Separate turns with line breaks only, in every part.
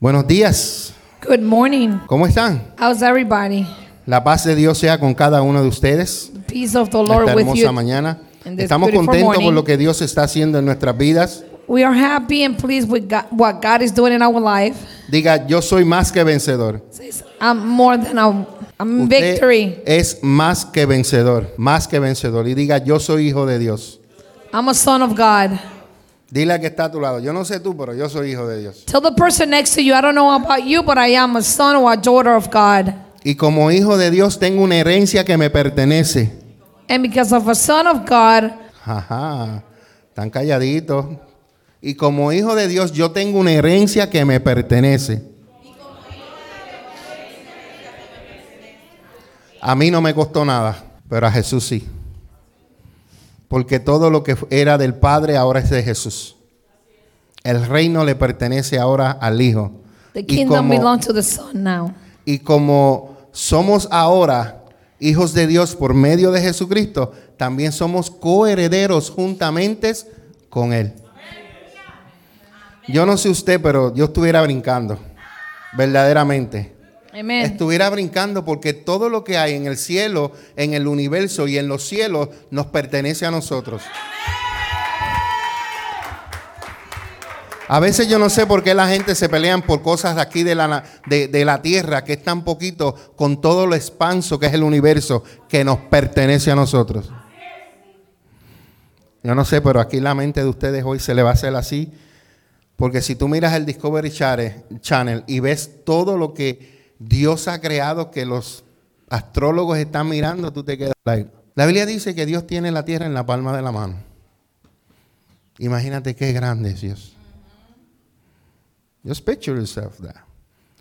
Buenos días,
Good morning.
¿cómo están?
How's everybody?
La paz de Dios sea con cada uno de ustedes
Peace of the Lord
esta
with
hermosa
you.
mañana.
in this
Estamos
beautiful
contentos por
morning.
lo que Dios está haciendo en nuestras vidas.
We are happy and pleased with God, what God is doing in our life.
Diga, yo soy más que vencedor.
Says, I'm more than a I'm
Usted
victory.
Es más que vencedor, más que vencedor. Y diga, yo soy hijo de Dios.
I'm a son of God.
Dile a que está a tu lado. Yo no sé tú, pero yo soy hijo de Dios.
Tell the person next to you, I don't know about you, but I am a son or a daughter of God.
Y como hijo de Dios tengo una herencia que me pertenece.
And because of a son of God,
Ajá, tan calladitos. Y como hijo de Dios yo tengo una herencia que me pertenece. A mí no me costó nada, pero a Jesús sí. Porque todo lo que fu- era del Padre ahora es de Jesús. El reino le pertenece ahora al Hijo.
the
Y
kingdom
como-
belongs to the son now.
y como somos ahora hijos de Dios por medio de Jesucristo, también somos coherederos juntamente con Él. Yo no sé usted, pero yo estuviera brincando, verdaderamente.
Amen.
Estuviera brincando porque todo lo que hay en el cielo, en el universo y en los cielos nos pertenece a nosotros. A veces yo no sé por qué la gente se pelean por cosas de aquí de la, na- de, de la tierra, que es tan poquito, con todo lo expanso que es el universo, que nos pertenece a nosotros. Yo no sé, pero aquí la mente de ustedes hoy se le va a hacer así. Porque si tú miras el Discovery Channel Channel y ves todo lo que Dios ha creado, que los astrólogos están mirando, tú te quedas like. La Biblia dice que Dios tiene la tierra en la palma de la mano. Imagínate qué grande es Dios. Just picture yourself that.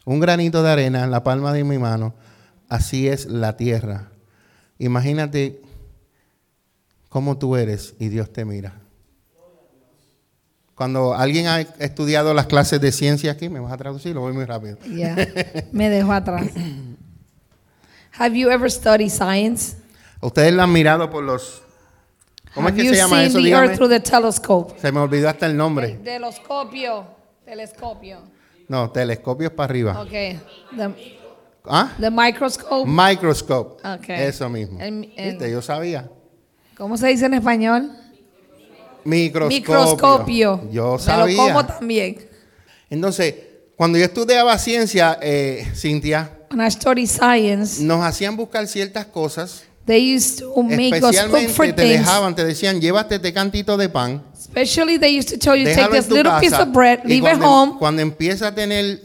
Un granito de arena en la palma de mi mano. Así es la tierra. Imagínate cómo tú eres y Dios te mira. Cuando alguien ha estudiado las clases de ciencia aquí, me vas a traducir, lo voy muy rápido.
Yeah. Me dejó atrás. Have you ever studied science?
Ustedes la han mirado por los. ¿Cómo
Have
es que
you
se llama
seen
eso?
the
Dígame.
earth through the telescope?
Se me olvidó hasta el nombre.
Telescopio. Telescopio.
No, telescopios para arriba.
Okay. The,
¿Ah?
the microscope.
Microscope.
Ok.
Eso mismo.
El- el-
Viste, yo sabía.
¿Cómo se dice en español?
Microscopio.
Microscopio.
Yo
Me lo como
sabía.
también.
Entonces, cuando yo estudiaba ciencia, eh, Cintia,
When I studied science,
nos hacían buscar ciertas cosas.
they used to make us cook for
Especialmente te
things.
dejaban, te decían, llévate este cantito de pan.
Especially, they used to tell you
Déjalo
take this
en tu
little
casa.
piece of bread,
Y
leave it
cuando, em-
home,
Cuando empieza a tener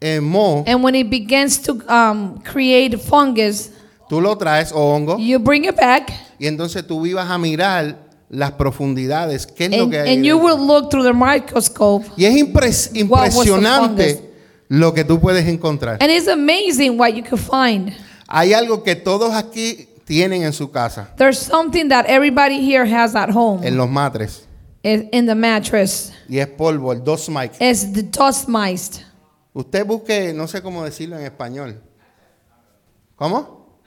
eh, moho,
and when it begins to um, create fungus,
tú lo traes o hongo
you bring it back,
y entonces tú ibas a mirar las profundidades, qué es lo
and,
que hay.
and you
dentro.
will look through the microscope.
y es impres-
What was the
impresionante lo que tú puedes encontrar.
And it's amazing what you can find.
Hay algo que todos aquí tienen en su casa,
There's something that everybody here has at home
en los matres,
in in the mattress.
y es polvo, el dos mic.
It's the dust mites.
Usted busque, no sé cómo decirlo en español. ¿Cómo?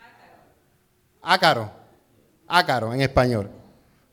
Ácaro. Ácaro en español.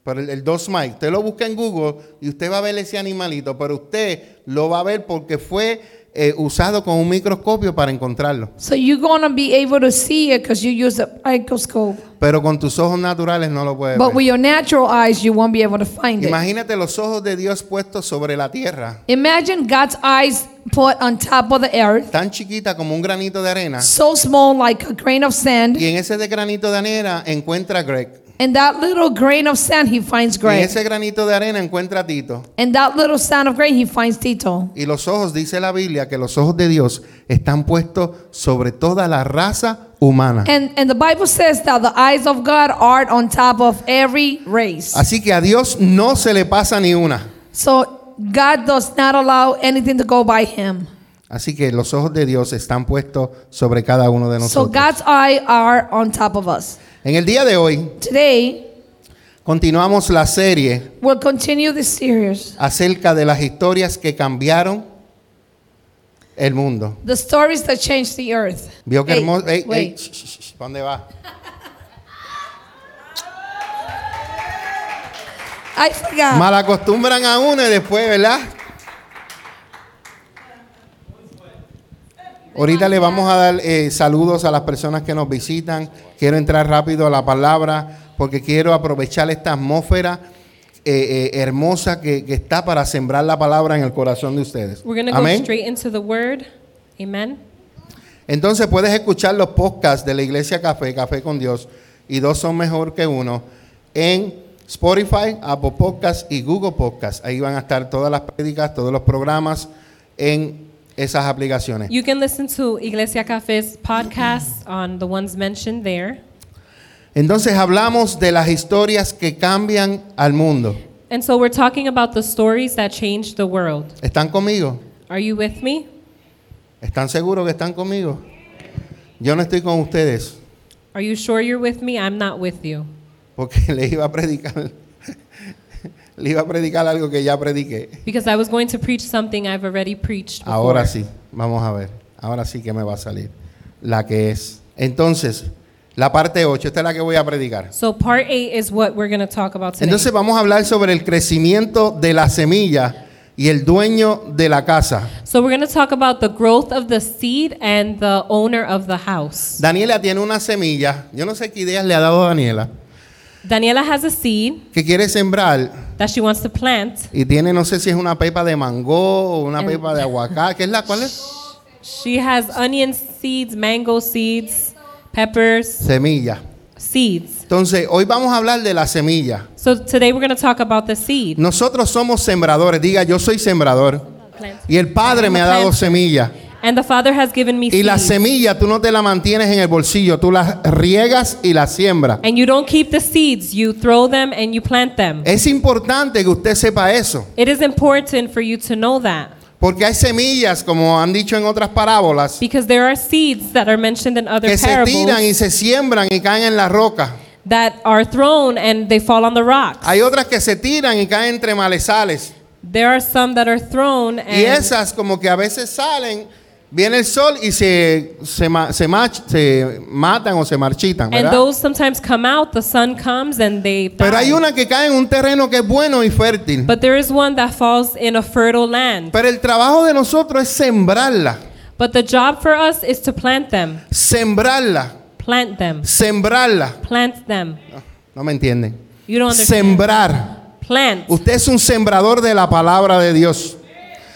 Pero el, el dos mic, usted lo busca en Google y usted va a ver ese animalito, pero usted lo va a ver porque fue eh, usado con un microscopio para encontrarlo.
So you're gonna be able to see it because you use the microscope.
Pero con tus ojos naturales no lo puedes
But with
ver.
your natural eyes, you won't be able to find it.
Imagínate los ojos de Dios puestos sobre la tierra,
Imagine God's eyes put on top of the earth,
tan chiquita como un granito de arena.
so small like a grain of sand.
Y en ese de granito de arena encuentra a Greg.
And that little grain of sand, he finds
Y en
Greg.
ese granito de arena encuentra a Tito.
And that little sand of grain, he finds Tito.
Y los ojos, dice la Biblia, que los ojos de Dios están puestos sobre toda la raza humana.
And and the Bible says that the eyes of God are on top of every race.
Así que a Dios no se le pasa ni una.
So God does not allow anything to go by him.
Así que los ojos de Dios están puestos sobre cada uno de
So
nosotros.
God's eye are on top of us.
en el día de hoy
Today
continuamos la serie
we'll continue this series.
acerca de las historias que cambiaron el mundo.
The stories that changed the earth.
Vio que
Hey,
hermoso. Ey, ey,
wait.
sh- sh- sh- ¿Dónde va?
I forgot.
Mal acostumbran a uno y después, ¿verdad? Ahorita le vamos a dar eh, saludos a las personas que nos visitan. Quiero entrar rápido a la palabra porque quiero aprovechar esta atmósfera eh, eh, hermosa que, que está para sembrar la palabra en el corazón de ustedes.
We're going to go
Amén.
straight into the word. Amen.
Entonces puedes escuchar los podcasts de la Iglesia Café, Café con Dios, y dos son mejor que uno, en Spotify, Apple Podcasts y Google Podcasts. Ahí van a estar todas las prédicas, todos los programas en esas aplicaciones.
You can listen to Iglesia Cafe's podcast on the ones mentioned there.
Entonces hablamos de las historias que cambian al mundo.
And so we're talking about the stories that change the world.
¿Están conmigo?
Are you with me?
¿Están seguros que están conmigo? Yo no estoy con ustedes
Are you sure you're with me? I'm not with you.
porque les iba a predicar, le iba a predicar algo que ya prediqué.
Because I was going to preach something I've already preached before.
Ahora sí, vamos a ver. Ahora sí que me va a salir la que es. Entonces, la parte 8, esta es la que voy a predicar.
So part 8 is what we're going to talk about today.
Entonces vamos a hablar sobre el crecimiento de la semilla y el dueño de la casa.
so we're going to talk about the growth of the seed and the owner of the house.
Daniela tiene una semilla, yo no sé qué ideas le ha dado Daniela,
Daniela has a seed
que quiere sembrar
that she wants to plant.
y tiene, no sé si es una pepa de mango o una
En-
pepa de aguacate, ¿qué es la cuál es?
She has onion seeds, mango seeds, peppers,
Semilla.
seeds.
Entonces, hoy vamos a hablar de la semilla.
So today we're going to talk about the seed.
Nosotros somos sembradores, diga yo soy sembrador.
Plant.
Y el Padre me ha dado semilla.
And the Father has given me
Y la
seed.
semilla tú no te la mantienes en el bolsillo, tú la riegas y la siembras.
And you don't keep the seeds, you throw them and you plant them.
Es importante que usted sepa eso,
It is important for you to know that
porque hay semillas, como han dicho en otras parábolas,
because there are seeds that are mentioned in other
que se tiran
parables
y se siembran y caen en la roca.
that are thrown and they fall on the rocks.
Hay otras que se tiran y caen entre malezales.
There are some that are thrown
Y
and
esas como que a veces salen, viene el sol y se, se, ma- se, mach- se matan o se marchitan.
and
¿verdad?
those sometimes come out, the sun comes and they
Pero hay
die.
una que cae en un terreno que es bueno y fértil.
But there is one that falls in a fertile land.
Pero el trabajo de nosotros es sembrarla,
But the job for us is to plant them.
sembrarla,
Plant them.
sembrarla.
Plant them.
No me entienden.
You don't understand.
Sembrar.
Plant.
Usted es un sembrador de la palabra de Dios.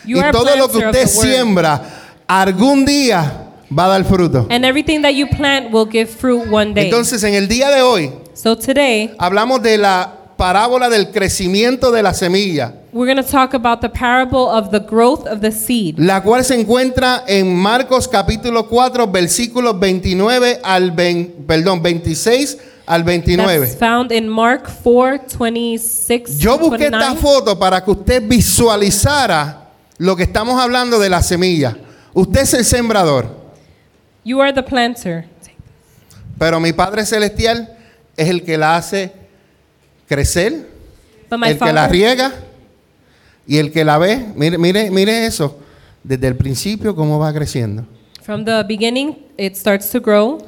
You
y
are a
todo lo que
planter of
usted
the word.
siembra, algún día va a dar fruto.
And everything that you plant will give fruit one day.
Entonces, en el día de hoy,
so today,
hablamos de la parábola del crecimiento de la semilla,
we're going to talk about the parable of the growth of the seed.
la cual se encuentra en Marcos capítulo 4, versículos 29 al 20, perdón, 26 al 29.
That's found in Mark 4, 26
Yo
to
busqué esta
29.
foto para que usted visualizara lo que estamos hablando de la semilla. Usted es el sembrador,
You are the planter.
pero mi Padre Celestial es el que la hace crecer,
But my
el que la
father,
riega y el que la ve. Mire, mire, mire eso. Desde el principio, cómo va creciendo.
from the beginning, it starts to grow.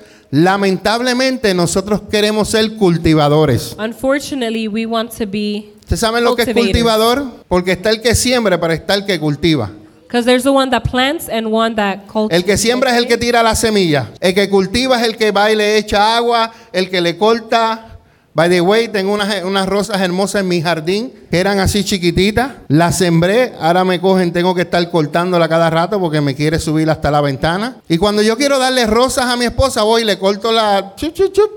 Lamentablemente, nosotros queremos ser cultivadores.
Unfortunately, we want to be
¿Usted sabe lo que es
Cultivators.
cultivador? Porque está el que siembra, pero está el que cultiva.
because there's the one that plants and one that
El
cultivates.
que siembra es el que tira la semilla. El que cultiva es el que va y le echa agua. El que le corta. By the way, tengo unas, unas rosas hermosas en mi jardín que eran así chiquititas. Las sembré, ahora me cogen, tengo que estar cortándola cada rato porque me quiere subir hasta la ventana. Y cuando yo quiero darle rosas a mi esposa, voy y le corto la chup, chup, chup,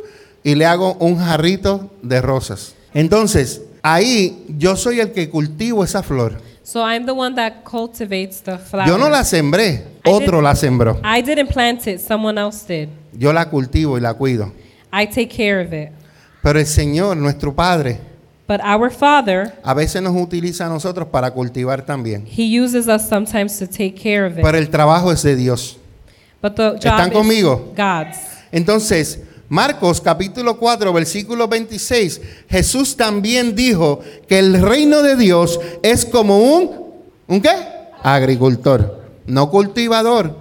y le hago un jarrito de rosas. Entonces, ahí yo soy el que cultivo esa flor.
So I'm the one that cultivates the flower.
Yo no la sembré,
I
otro
did-
la sembró.
I didn't plant it, someone else did.
Yo la cultivo y la cuido.
I take care of it.
Pero el Señor, nuestro Padre,
But our Father,
a veces nos utiliza a nosotros para cultivar también.
He uses us sometimes to take care of it.
Pero el trabajo es de Dios.
But the job
¿Están
is
conmigo?
God's.
Entonces, Marcos capítulo 4, versículo 26, Jesús también dijo que el reino de Dios es como un, ¿un qué? Agricultor, no cultivador,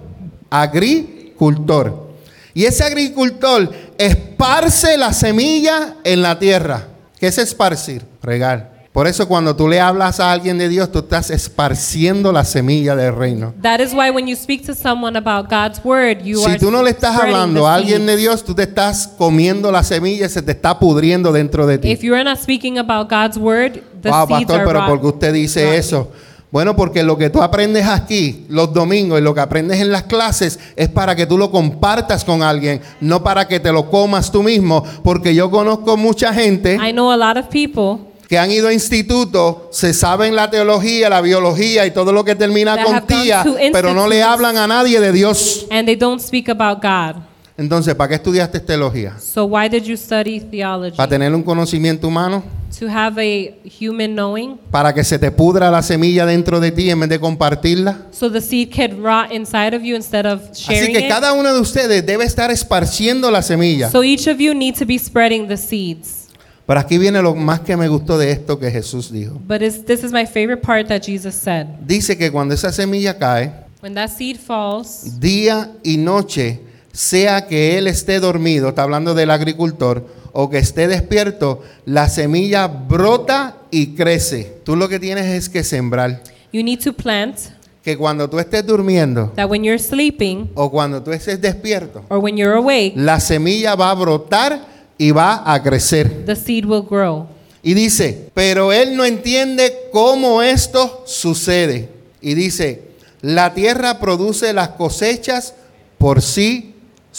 agricultor. Y ese agricultor esparce la semilla en la tierra. ¿Qué es esparcir? Regar. Por eso cuando tú le hablas a alguien de Dios, tú estás esparciendo la semilla del reino.
That is why when you speak to someone about God's word, you
Si
are
tú no le estás
spreading
hablando
the
a alguien
seed.
de Dios, tú te estás comiendo la semilla y se te está pudriendo dentro de ti.
If you are not speaking about God's word, the
Wow,
seeds
pastor,
are
pero
rot-
¿por qué usted dice
rotten.
eso? Bueno, porque lo que tú aprendes aquí los domingos y lo que aprendes en las clases es para que tú lo compartas con alguien, no para que te lo comas tú mismo, porque yo conozco mucha gente
I know a lot of people
que han ido a institutos, se saben la teología, la biología y todo lo que termina
That
con
have gone
tía,
to
pero no le
institutes.
hablan a nadie de Dios.
and they don't speak about God.
Entonces, ¿para qué estudiaste teología?
So why did you study theology?
¿Para tener un conocimiento humano?
To have a human knowing
¿Para que se te pudra la semilla dentro de ti en vez de compartirla?
so the seed can rot inside of you instead of
Así
sharing
que
it.
cada uno de ustedes debe estar esparciendo la semilla.
So each of you need to be spreading the seeds.
Pero aquí viene lo más que me gustó de esto que Jesús dijo.
But it's, this is my favorite part that Jesus said.
Dice que cuando esa semilla cae,
When that seed falls,
día y noche, sea que él esté dormido, está hablando del agricultor, o que esté despierto, la semilla brota y crece. Tú lo que tienes es que sembrar.
you need to plant
Que cuando tú estés durmiendo
that when you're sleeping
o cuando tú estés despierto,
or when you're awake,
la semilla va a brotar y va a crecer.
the seed will grow.
Y dice, pero él no entiende cómo esto sucede. Y dice, la tierra produce las cosechas por sí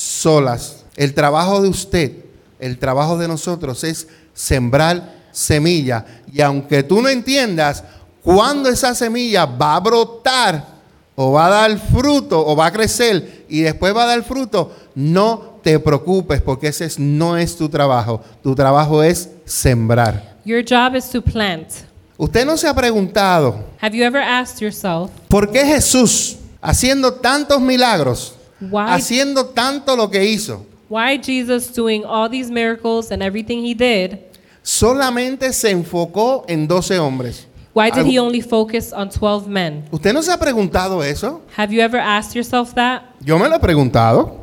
solas. El trabajo de usted, el trabajo de nosotros es sembrar semilla. Y aunque tú no entiendas cuándo esa semilla va a brotar o va a dar fruto o va a crecer y después va a dar fruto, no te preocupes porque ese es- no es tu trabajo. Tu trabajo es sembrar.
Your job is to plant.
Usted no se ha preguntado
Have you ever asked yourself
por qué Jesús, haciendo tantos milagros,
why
haciendo tanto lo que hizo,
why Jesus doing all these miracles and everything he did?
solamente se enfocó en 12 hombres.
Why did he
Algu-
only focus on 12 men?
¿Usted no se ha preguntado eso?
Have you ever asked yourself that?
Yo me lo he preguntado.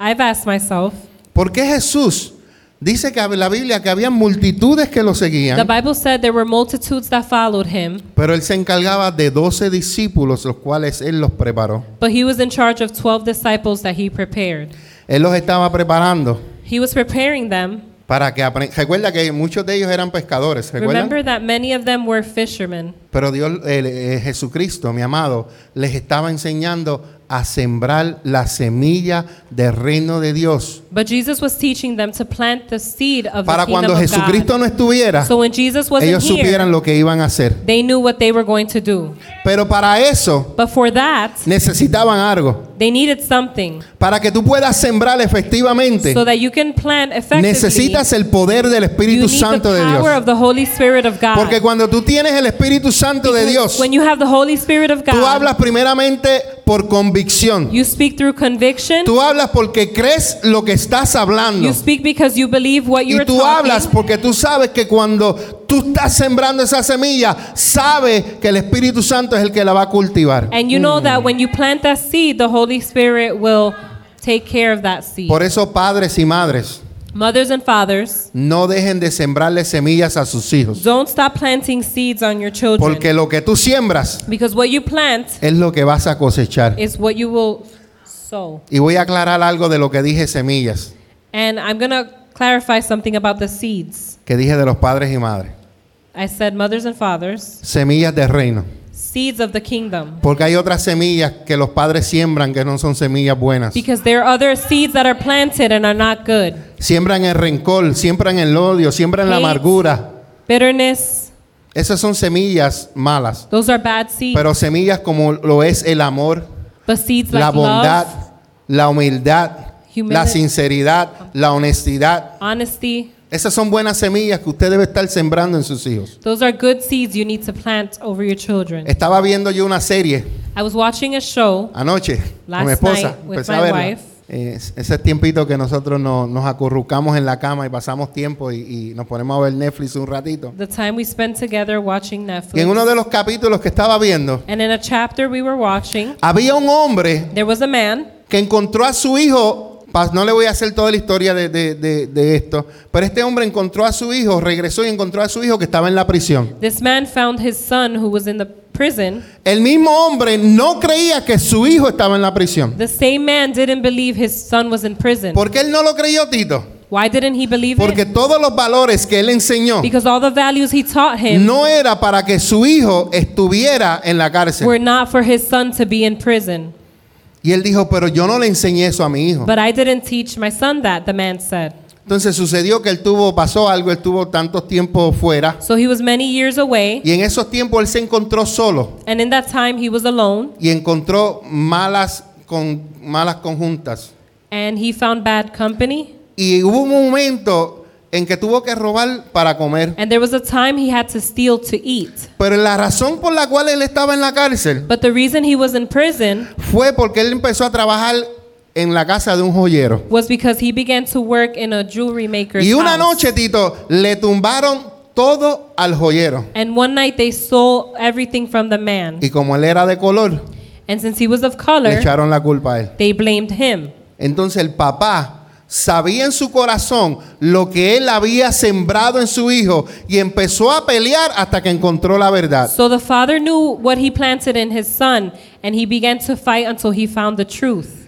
I've asked myself.
¿Por qué Jesús dice que la Biblia que había multitudes que lo
The
seguían?
Bible said there were multitudes that followed him,
Pero él se encargaba de 12 discípulos, los cuales él los preparó.
but he was in charge of 12 disciples that he prepared.
Él los estaba preparando
He was preparing them.
para que aprendan. Recuerda que muchos de ellos eran pescadores, ¿recuerdan?
Remember that many of them were fishermen.
Pero Dios, eh, eh, Jesucristo, mi amado, les estaba enseñando a sembrar la semilla del reino de Dios.
But Jesus was teaching them to plant the seed of
Para
the kingdom
cuando
of
Jesucristo
God.
no estuviera,
So when Jesus wasn't
ellos supieran
here,
lo que iban a hacer.
they knew what they were going to do.
Pero para eso
But for that,
necesitaban algo.
they needed something
Para que tú puedas sembrar efectivamente,
so that you can plant effectively.
necesitas el poder del
you
Espíritu
need
Santo
the
de
power
Dios.
of the Holy Spirit of God.
Porque cuando tú tienes el Espíritu Santo de Dios,
when you have the Holy Spirit of God,
tú hablas primeramente por convicción.
you speak through conviction.
Tú hablas porque crees lo que estás hablando.
you speak because you believe what
Y
you're
tú
talking.
hablas porque tú sabes que cuando tú estás sembrando esa semilla, sabes que el Espíritu Santo es el que la va a cultivar.
and you know
Mm.
that when you plant that seed, the Holy Spirit will take care of that seed.
Por eso padres y madres,
Mothers and fathers,
no dejen de sembrarle semillas a sus hijos.
don't stop planting seeds on your children.
Porque lo que tú siembras
because what you plant
es lo que vas a cosechar.
is what you will sow.
Y voy a aclarar algo de lo que dije semillas,
And I'm going to clarify something about the seeds.
que dije de los padres y madres.
I said mothers and fathers,
Semillas de reino.
seeds of the kingdom.
Porque hay otras semillas que los padres siembran que no son semillas buenas.
Because there are other seeds that are planted and are not good.
Siembran el rencor, siembran el odio, siembran la
Hate.
amargura.
Bitterness,
Esas son semillas malas,
those are bad seeds.
pero semillas como lo es el amor,
but seeds
la
like
bondad,
love,
la humildad,
Humility.
la sinceridad, la honestidad.
honesty,
Esas son buenas semillas que usted debe estar sembrando en sus hijos.
those are good seeds you need to plant over your children.
Estaba viendo yo una serie
I was watching a show.
anoche con
Last
mi esposa.
night with
Empecé
my
a verla.
wife.
Eh, ese tiempito que nosotros nos, nos acurrucamos en la cama y pasamos tiempo y, y nos ponemos a ver Netflix un ratito.
The time we spent together watching
Y en
Netflix.
uno de los capítulos que estaba viendo,
And in a chapter we were watching,
había un hombre
there was a man
que encontró a su hijo Pas- No le voy a hacer toda la historia de, de- de- de esto, pero este hombre encontró a su hijo, regresó y encontró a su hijo que estaba en la prisión.
This man found his son who was in the prison.
El mismo hombre no creía que su hijo estaba en la prisión.
The same man didn't believe his son was in prison.
¿Por qué él no lo creyó, Tito?
Why didn't he believe
Porque
it?
todos los valores que él enseñó
Because all the values he taught him
no era para que su hijo estuviera en la
were
cárcel.
not for his son to be in prison.
Y él dijo, pero yo no le enseñé eso a mi hijo.
But I didn't teach my son that, the man said.
Entonces sucedió que él tuvo, pasó algo, él tuvo tantos tiempos fuera.
So he was many years away,
Y en esos tiempos él se encontró solo
and in that time he was alone,
y encontró malas, con, malas conjuntas.
and he found bad company.
Y hubo un momento en que tuvo que robar para comer.
And there was a time he had to steal to eat.
Pero la razón por la cual él estaba en la cárcel
But the reason he was in prison
fue porque él empezó a trabajar en la casa de un joyero.
was because he began to work in a jewelry maker's
Y una
house.
noche, Tito, le tumbaron todo al joyero.
And one night they stole everything from the man.
Y como él era de color,
And since he was of
le
color,
echaron la culpa a él.
they blamed him.
Entonces el papá sabía en su corazón lo que él había sembrado en su hijo y empezó a pelear hasta que encontró la verdad.
So the father knew what he planted in his son, and he began to fight until he found the truth.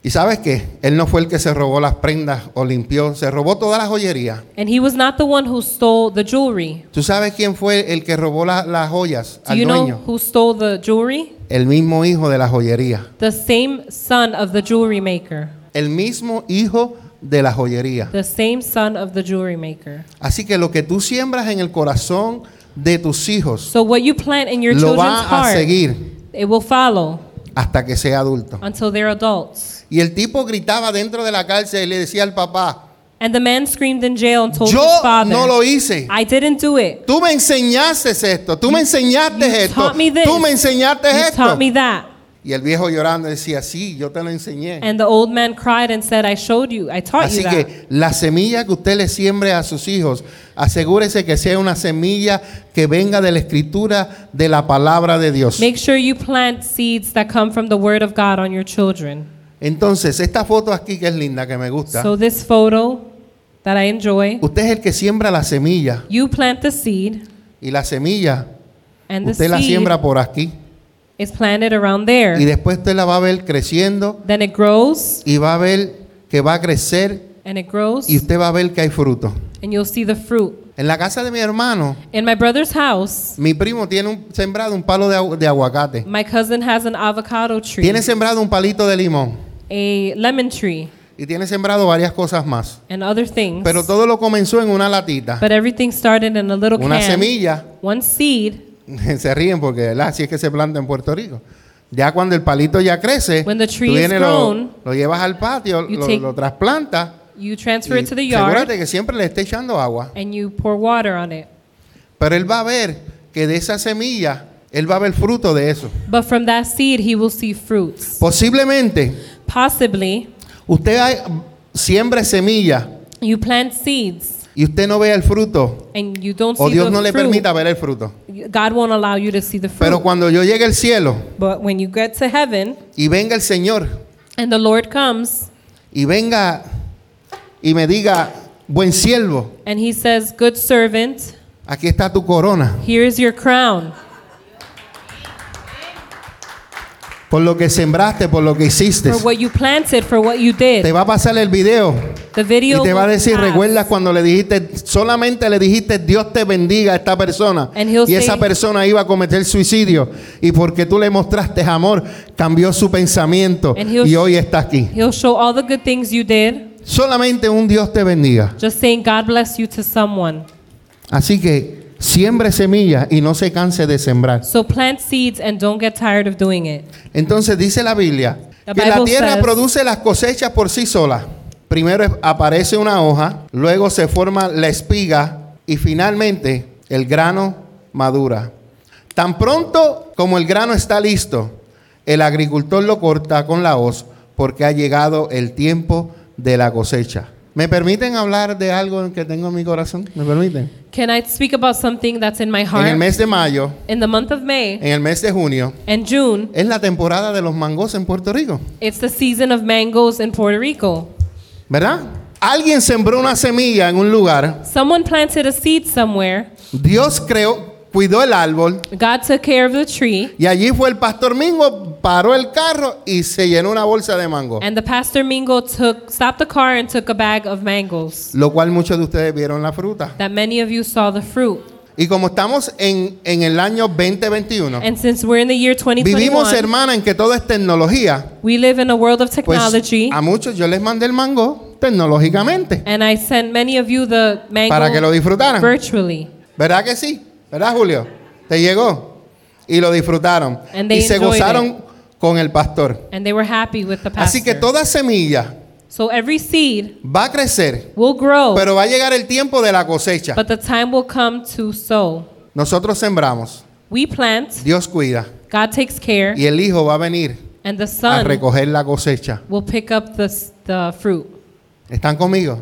¿Y sabes qué? Él no fue el que se robó las prendas o limpió, se robó toda la joyería.
And he was not the one who stole the jewelry.
¿Tú sabes quién fue el que robó la- las joyas
Do
al
you know
dueño?
who stole the jewelry?
El mismo hijo de la joyería.
The same son of the jewelry maker.
El mismo hijo de la joyería.
The same son of the jewelry maker.
Así que lo que tú siembras en el corazón de tus hijos
So what you plant in your
lo
children's
va a
heart,
seguir
it will follow
hasta que sea adulto.
until they're adults.
Y el tipo gritaba dentro de la cárcel y le decía al papá,
And the man screamed in jail and told his
yo
father,
no lo hice.
I didn't do it.
Tú me enseñaste esto, tú me
You
enseñaste esto,
taught me this.
tú me enseñaste
you
esto.
taught me that.
Y el viejo llorando decía, sí, yo te lo enseñé.
And the old man cried and said, I showed you, I taught
Así
you that.
que la semilla que usted le siembre a sus hijos, asegúrese que sea una semilla que venga de la escritura, de la palabra de Dios.
Make sure you plant seeds that come from the word of God on your children.
Entonces, esta foto aquí que es linda, que me gusta,
So this photo that I enjoy,
usted es el que siembra la semilla
you plant the seed
y la semilla
and the
usted la
seed
siembra por aquí
is planted around there.
y después usted la va a ver creciendo
then it grows
y va a ver que va a crecer
and it grows
y usted va a ver que hay fruto.
and you'll see the fruit.
En la casa de mi hermano,
In my brother's house,
mi primo tiene un, sembrado un palo de, agu- de aguacate.
my cousin has an avocado tree,
Tiene sembrado un palito de limón
a lemon tree,
y tiene sembrado varias cosas más.
and other things.
Pero todo lo comenzó en una latita,
but everything started in a little
una
can.
semilla.
One seed
Se ríen porque ¿verdad? así es que se planta en Puerto Rico. Ya cuando el palito ya crece,
When the
tú
tree is
vienes, lo,
grown,
lo llevas al patio,
you
lo,
take-
lo trasplantas.
You transfer
y
it to the yard
asegúrate que siempre le esté echando agua.
and you pour water on it.
Pero él va a ver que de esa semilla, él va a ver fruto de eso.
But from that seed, he will see fruits.
Posiblemente
Possibly,
usted hay- siembre semilla
you plant seeds
y usted no vea el fruto
and you don't
o
see
Dios
the
no le
fruit.
permita ver el fruto.
God won't allow you to see the fruit.
Pero cuando yo llegue al cielo
but when you get to heaven
y venga el Señor
and the Lord comes
y venga y me diga, buen siervo,
and he says, Good servant,
aquí está tu corona,
here is your crown
por lo que sembraste, por lo que hiciste.
for what you planted, for what you
Te
did.
va a pasar el video
The
y
video
te va a
will
decir,
pass.
recuerdas cuando le dijiste, solamente le dijiste, Dios te bendiga a esta persona.
And he'll
Y esa
say-
persona iba a cometer suicidio y porque tú le mostraste amor, cambió su pensamiento
And he'll-
y hoy está aquí.
He'll show all the good things you did,
Solamente un Dios te bendiga.
just saying, God bless you to someone.
Así que siembre semillas y no se canse de sembrar.
So plant seeds and don't get tired of doing it.
Entonces dice la Biblia
The
que la
Bible
tierra
says-
produce las cosechas por sí sola. Primero es- aparece una hoja, luego se forma la espiga y finalmente el grano madura. Tan pronto como el grano está listo, el agricultor lo corta con la hoz porque ha llegado el tiempo de la cosecha. ¿Me permiten hablar de algo que tengo en mi corazón? ¿Me permiten?
Can I speak about something that's in my
En el
heart?
mes de mayo,
In the month of May
en el mes de junio,
and June,
es la temporada de los mangos en Puerto Rico.
it's the season of mangoes in Puerto Rico.
¿Verdad? Alguien sembró una semilla en un lugar.
Someone planted a seed somewhere.
Dios creó, cuidó el árbol.
God took care of the tree.
Y allí fue el pastor Mingo, paró el carro y se llenó una bolsa de mango.
And the pastor Mingo took stopped the car and took a bag of mangoes.
Lo cual muchos de ustedes vieron la fruta.
That many of you saw the fruit.
Y como estamos en, en el año 2021,
And since we're in the year
vivimos,
2021,
hermana, en que todo es tecnología.
we live in a world of
Pues
technology.
a muchos yo les mandé el mango tecnológicamente
And I sent many of you the
para que lo
mango
disfrutaran.
virtually.
¿Verdad que sí? ¿Verdad, Julio? Te llegó y lo disfrutaron
And they
y se
enjoyed
gozaron con el pastor.
And they were happy with the
Así que
pastor.
toda semilla
So every seed
va a crecer,
will grow,
pero va a llegar el tiempo de la cosecha.
Oh. but the time will come to sow.
Nosotros sembramos,
We plant,
Dios cuida
God takes care,
y el hijo va a venir
and the
a
son
recoger la cosecha.
will pick up the, s- the fruit.
¿Están conmigo?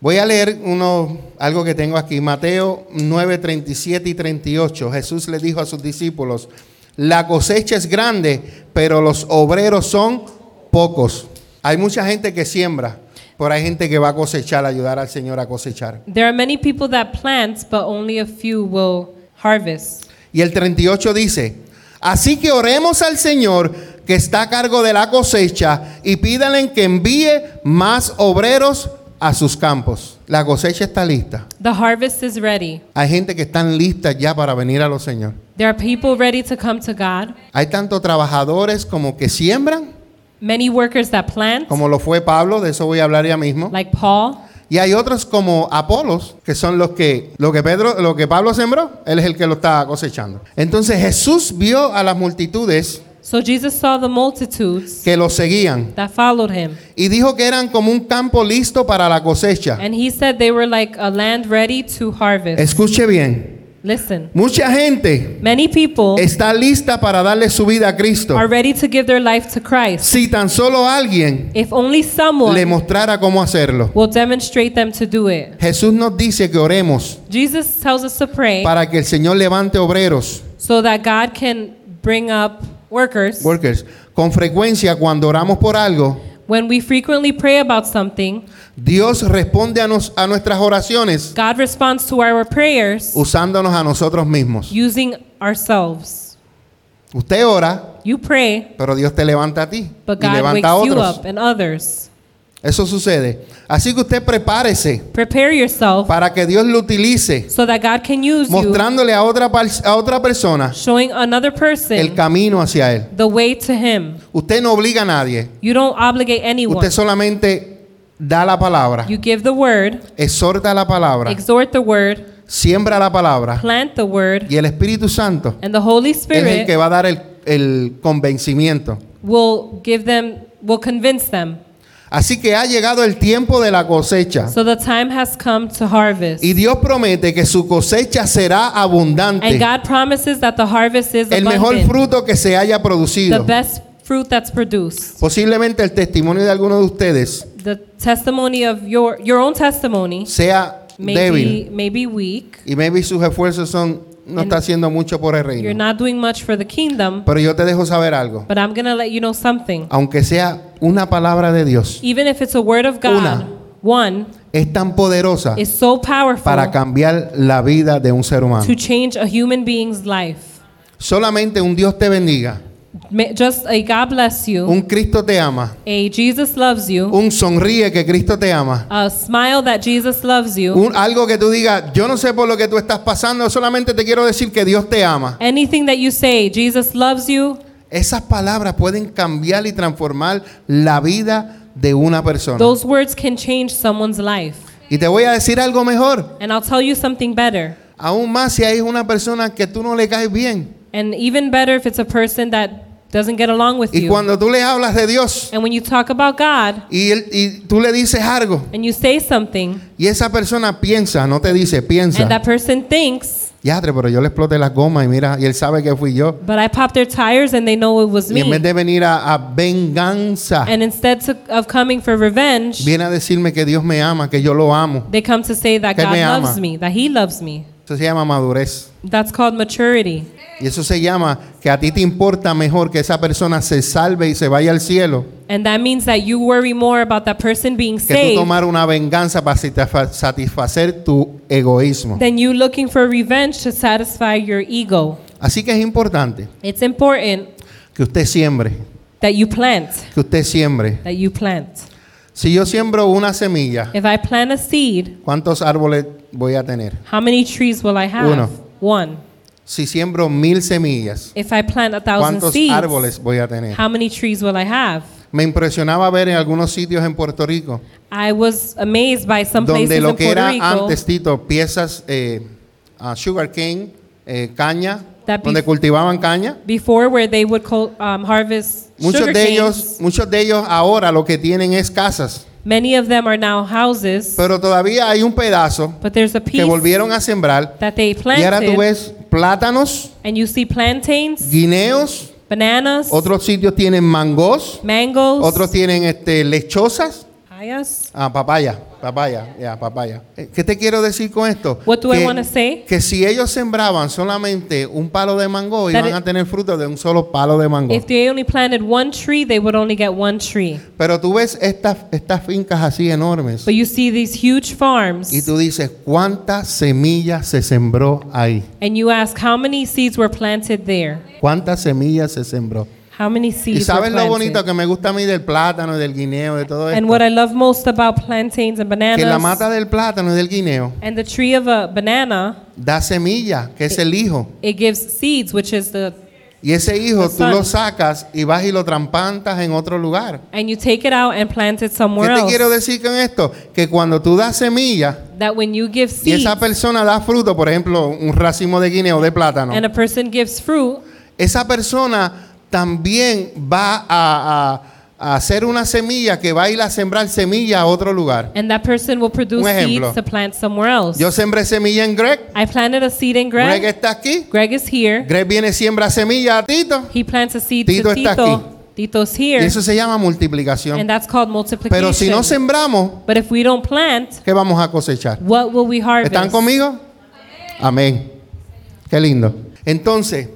Voy a leer uno, algo que tengo aquí. Mateo 9, 37 y 38. Jesús le dijo a sus discípulos, la cosecha es grande, pero los obreros son pocos. Hay mucha gente que siembra, pero hay gente que va a cosechar, ayudar al Señor a cosechar.
There are many people that plant, but only a few will harvest.
Y el 38 dice, así que oremos al Señor que está a cargo de la cosecha y pídanle que envíe más obreros a sus campos. La cosecha está lista.
The harvest is ready.
Hay gente que están listas ya para venir a los Señor.
There are people ready to come to God.
Hay tanto trabajadores como que siembran,
Many workers that plant,
como lo fue Pablo, de eso voy a hablar ya mismo.
like Paul,
Y hay otros como Apolos, que son los que lo que Pedro, lo que Pablo sembró, él es el que lo está cosechando. Entonces Jesús vio a las multitudes
So Jesus saw the multitudes
que lo seguían
that followed him,
y dijo que eran como un campo listo para la cosecha.
and he said they were like a land ready to harvest.
Escuche bien.
Listen,
Mucha gente
many people
está lista para darle su vida a Cristo.
are ready to give their life to Christ.
Si tan solo alguien
If only
le
someone
mostrara cómo hacerlo.
will demonstrate them to do it.
Jesús nos dice que oremos
Jesus tells us to pray
para que el Señor levante obreros,
so that God can bring up workers.
workers. Con frecuencia cuando oramos por algo,
When we frequently pray about something,
Dios responde a, nos- a nuestras oraciones
God responds to our prayers
usándonos a nosotros mismos.
using ourselves.
Usted ora,
You pray,
pero Dios te levanta a ti
but
y
God wakes
levanta a
you
otros.
up and others.
Eso sucede. Así que usted prepárese
Prepare yourself
para que Dios lo utilice,
so that God can use you,
mostrándole a otra, par- a otra persona
showing another
el
person
camino hacia Él.
the way to Him.
Usted no obliga a nadie.
You don't obligate anyone.
Usted solamente da la palabra,
You give the word,
exhorta la palabra.
exhort the word,
siembra la palabra
plant the word,
y el Espíritu Santo
and the Holy
es el que
Spirit
va a dar el, el convencimiento.
will give them, will convince them.
Así que ha llegado el tiempo de la cosecha
So the time has come to harvest.
Ah. y Dios promete que su cosecha será
And
abundante,
God promises that the harvest is
el mejor
abundant,
fruto que se haya
the
producido.
best fruit that's produced.
Posiblemente el testimonio de alguno de ustedes
The testimony of your your own testimony
sea
may
débil
be, may be weak.
y maybe sus esfuerzos son no está haciendo mucho por el
You're
reino.
not doing much for the kingdom,
Pero Ah. yo te dejo saber algo,
but I'm going to let you know something.
aunque sea una palabra de Dios,
even if it's a word of God,
Una.
one
es tan poderosa
is so powerful
para cambiar la vida de un ser humano.
to change a human being's life.
Solamente un Dios te bendiga,
Ma- Just a God bless you,
un Cristo te ama,
a Jesus loves you,
un sonríe que Cristo te ama.
a smile that Jesus loves you,
Un- algo que tú digas, yo no sé por lo que tú estás pasando, solamente te quiero decir que Dios te ama.
anything that you say, Jesus loves you.
Esas palabras pueden cambiar y transformar la vida de una persona.
Those words can change someone's life.
Y te voy a decir algo mejor,
And I'll tell you something better.
aún más si hay una persona que tú no le caes bien.
And even better if it's a person that doesn't get along with
Y
you.
cuando tú le hablas de Dios
And when you talk about God
y, él- y tú le dices algo
and you say something,
y esa persona piensa, no te dice, piensa.
and that person thinks,
Yadre, pero yo le exploté las gomas y mira, y él sabe que fui yo.
but I popped their tires and they know it was
Y en
me.
vez de venir a, a venganza,
And instead to, of coming for revenge,
viene a decirme que Dios me ama, que yo lo amo.
they come to say that
Que él
God
me ama.
loves me, that He loves me.
Eso se llama madurez.
That's called maturity.
Y eso se llama que a ti te importa mejor que esa persona se salve y se vaya al cielo
And that means that you worry more about that person being
que tú
saved
tomar una venganza para satisfa- satisfacer tu egoísmo.
than you looking for revenge to satisfy your ego.
Así que es importante
It's important
que usted siembre,
that you plant,
que usted siembre.
that you plant.
Si yo siembro una semilla,
If I plant a seed,
¿cuántos árboles voy a tener?
how many trees will I have?
Uno.
One.
Si siembro mil semillas,
If I plant a thousand
¿cuántos
seeds,
árboles voy a tener?
how many trees will I have?
Me impresionaba ver en algunos sitios en Puerto Rico,
I was amazed by some
donde
places
lo
in
que
Puerto
era
Rico
antes, Tito, piezas, eh, ah, sugar cane, eh, caña,
That
donde
bef-
cultivaban caña.
before where they would col- um, harvest
Muchos
sugar
de ellos,
canes.
muchos de ellos ahora lo que tienen es casas,
Many of them are now houses,
pero todavía hay un pedazo
but there's a piece
que volvieron a sembrar
that they
y ahora tú
planted,
ves plátanos,
and you see plantains,
guineos,
bananas,
otros sitios tienen mangos,
mangoes,
otros tienen este lechosas,
papayas.
ah, papaya, papaya, ya papaya. Eh, ¿Qué te quiero decir con esto?
What do I
que,
wanna say?
que si ellos sembraban solamente un palo de mango,
That
iban
it-
a tener fruto de un solo palo de mango.
If they only planted one tree, they would only get one tree.
Pero tú ves estas estas fincas así enormes.
But you see these huge farms,
Y tú dices, ¿cuántas semillas se sembró ahí?
and you ask how many seeds were planted there.
¿Cuántas semillas se sembró?
How many
Y
seeds were
sabes lo
planted?
bonito que me gusta a mí del plátano, y del guineo, de todo
and
esto.
what I love most about plantains and
Que la
bananas
mata del plátano y del guineo
and the tree of a banana,
da semilla, que es el hijo.
it gives seeds, which is the
Y ese hijo
The
tú
son.
lo sacas y vas y lo trampantas en otro lugar.
and you take it out and plant it
¿Qué
somewhere
te
else.
quiero decir con esto? Que cuando tú das semilla
That when you give
y
seeds
esa persona da fruto, por ejemplo, un racimo de guineo de plátano,
and a person gives fruit,
esa persona también va a, a- a hacer una semilla que va a ir a sembrar semilla a otro lugar.
and that person will produce
Un ejemplo.
seeds to plant somewhere else.
Yo sembré semilla en Greg.
I planted a seed in Greg.
Greg
Greg,
está aquí.
is here.
Greg viene, siembra semilla a Tito.
He plants a seed
Tito
to
está
Tito.
aquí.
Tito's
Y
here.
eso se llama multiplicación.
And that's called
Pero si
multiplication.
no sembramos,
but if we don't plant,
¿qué vamos a cosechar?
what will we harvest?
¿Están conmigo? Amén. Qué lindo. Entonces,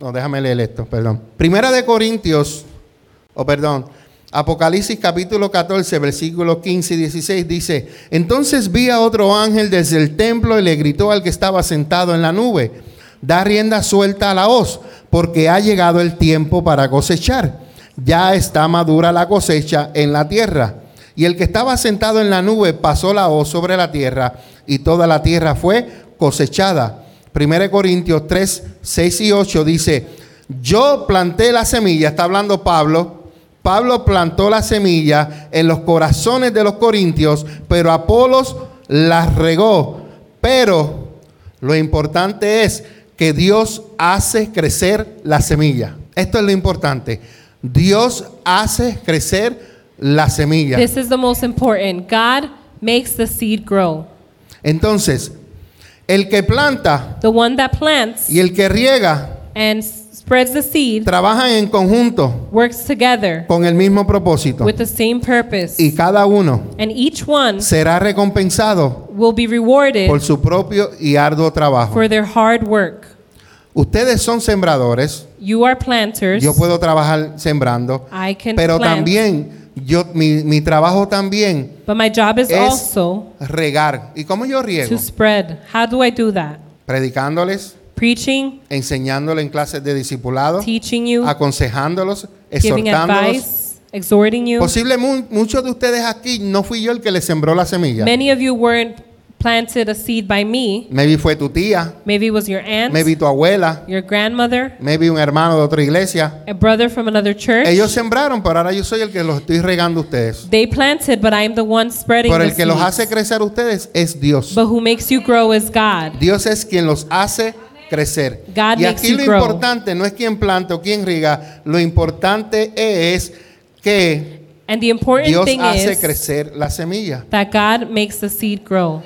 no, déjame leer esto, perdón. Primera de Corintios, o Oh, perdón, Apocalipsis capítulo 14, versículos 15 y 16 dice, entonces vi a otro ángel desde el templo y le gritó al que estaba sentado en la nube, da rienda suelta a la hoz, porque ha llegado el tiempo para cosechar. Ya está madura la cosecha en la tierra. Y el que estaba sentado en la nube pasó la hoz sobre la tierra y toda la tierra fue cosechada. 1 Corintios 3, 6 y 8 dice, yo planté la semilla, está hablando Pablo, Pablo plantó la semilla en los corazones de los corintios, pero Apolos la regó. Pero lo importante es que Dios hace crecer la semilla. Esto es lo importante. Dios hace crecer la semilla.
This is the most important. God makes the seed grow.
Entonces, el que planta
The one that plants
y el que riega
and s- spreads the seed
trabajan en conjunto
works together
con el mismo propósito.
with the same purpose.
Y cada uno
and each one
será recompensado
will be rewarded
por su propio y arduo trabajo.
for their hard work.
Ustedes son sembradores.
You are planters.
Yo puedo trabajar sembrando.
I can
Pero
plant.
también, yo, mi, mi trabajo también
but my job is
es
also
regar. ¿Y cómo yo riego?
to spread. How do I do that?
Predicándoles,
Preaching,
enseñándoles en clases de discipulado,
teaching you,
aconsejándolos,
giving
exhortándolos.
advice, exhorting you.
Posible mu- muchos de ustedes aquí no fui yo el que les sembró la semilla.
Many of you weren't planted a seed by me.
Maybe fue tu tía,
Maybe it was your aunt,
maybe tu abuela,
your grandmother,
maybe un hermano de otra iglesia.
a brother from another church.
Ellos sembraron, pero ahora yo soy el que los estoy regando a ustedes.
they planted, but I am the one spreading
Pero
the
el que los
seeds.
hace crecer a ustedes es Dios.
But who makes you grow is God.
Dios es quien los hace crecer.
God
y
makes
aquí
you
lo
grow.
importante no es quién planta o quién riega, lo importante es que
And the important
Dios
thing
hace
is
crecer la semilla.
that God makes the seed grow.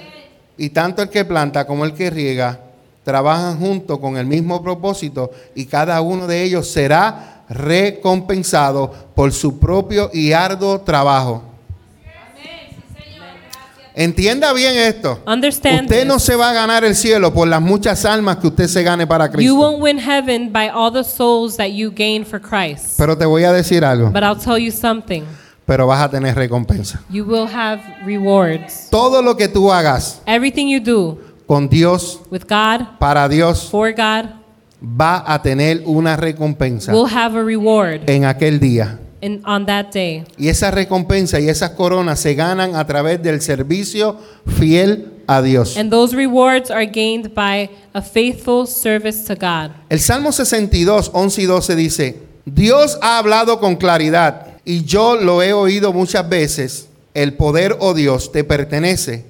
Y tanto el que planta como el que riega trabajan junto con el mismo propósito y cada uno de ellos será recompensado por su propio y arduo trabajo. Entienda bien esto.
Understand
Usted no
this.
se va a ganar el cielo por las muchas almas que usted se gane para
You
Cristo.
won't win heaven by all the souls that you gain for Christ.
Pero te voy a decir algo.
But I'll tell you something.
Pero vas a tener recompensa.
You will have rewards.
Todo lo que tú hagas
Everything you do
con Dios,
with God,
para Dios,
for God,
va a tener una recompensa
will have a reward
en aquel día.
in, on that day.
Y esa recompensa y esas coronas se ganan a través del servicio fiel a Dios.
And those rewards are gained by a faithful service to God.
El Salmo 62, 11 y 12 dice, Dios ha hablado con claridad y yo lo he oído muchas veces. El poder, oh Dios, te pertenece.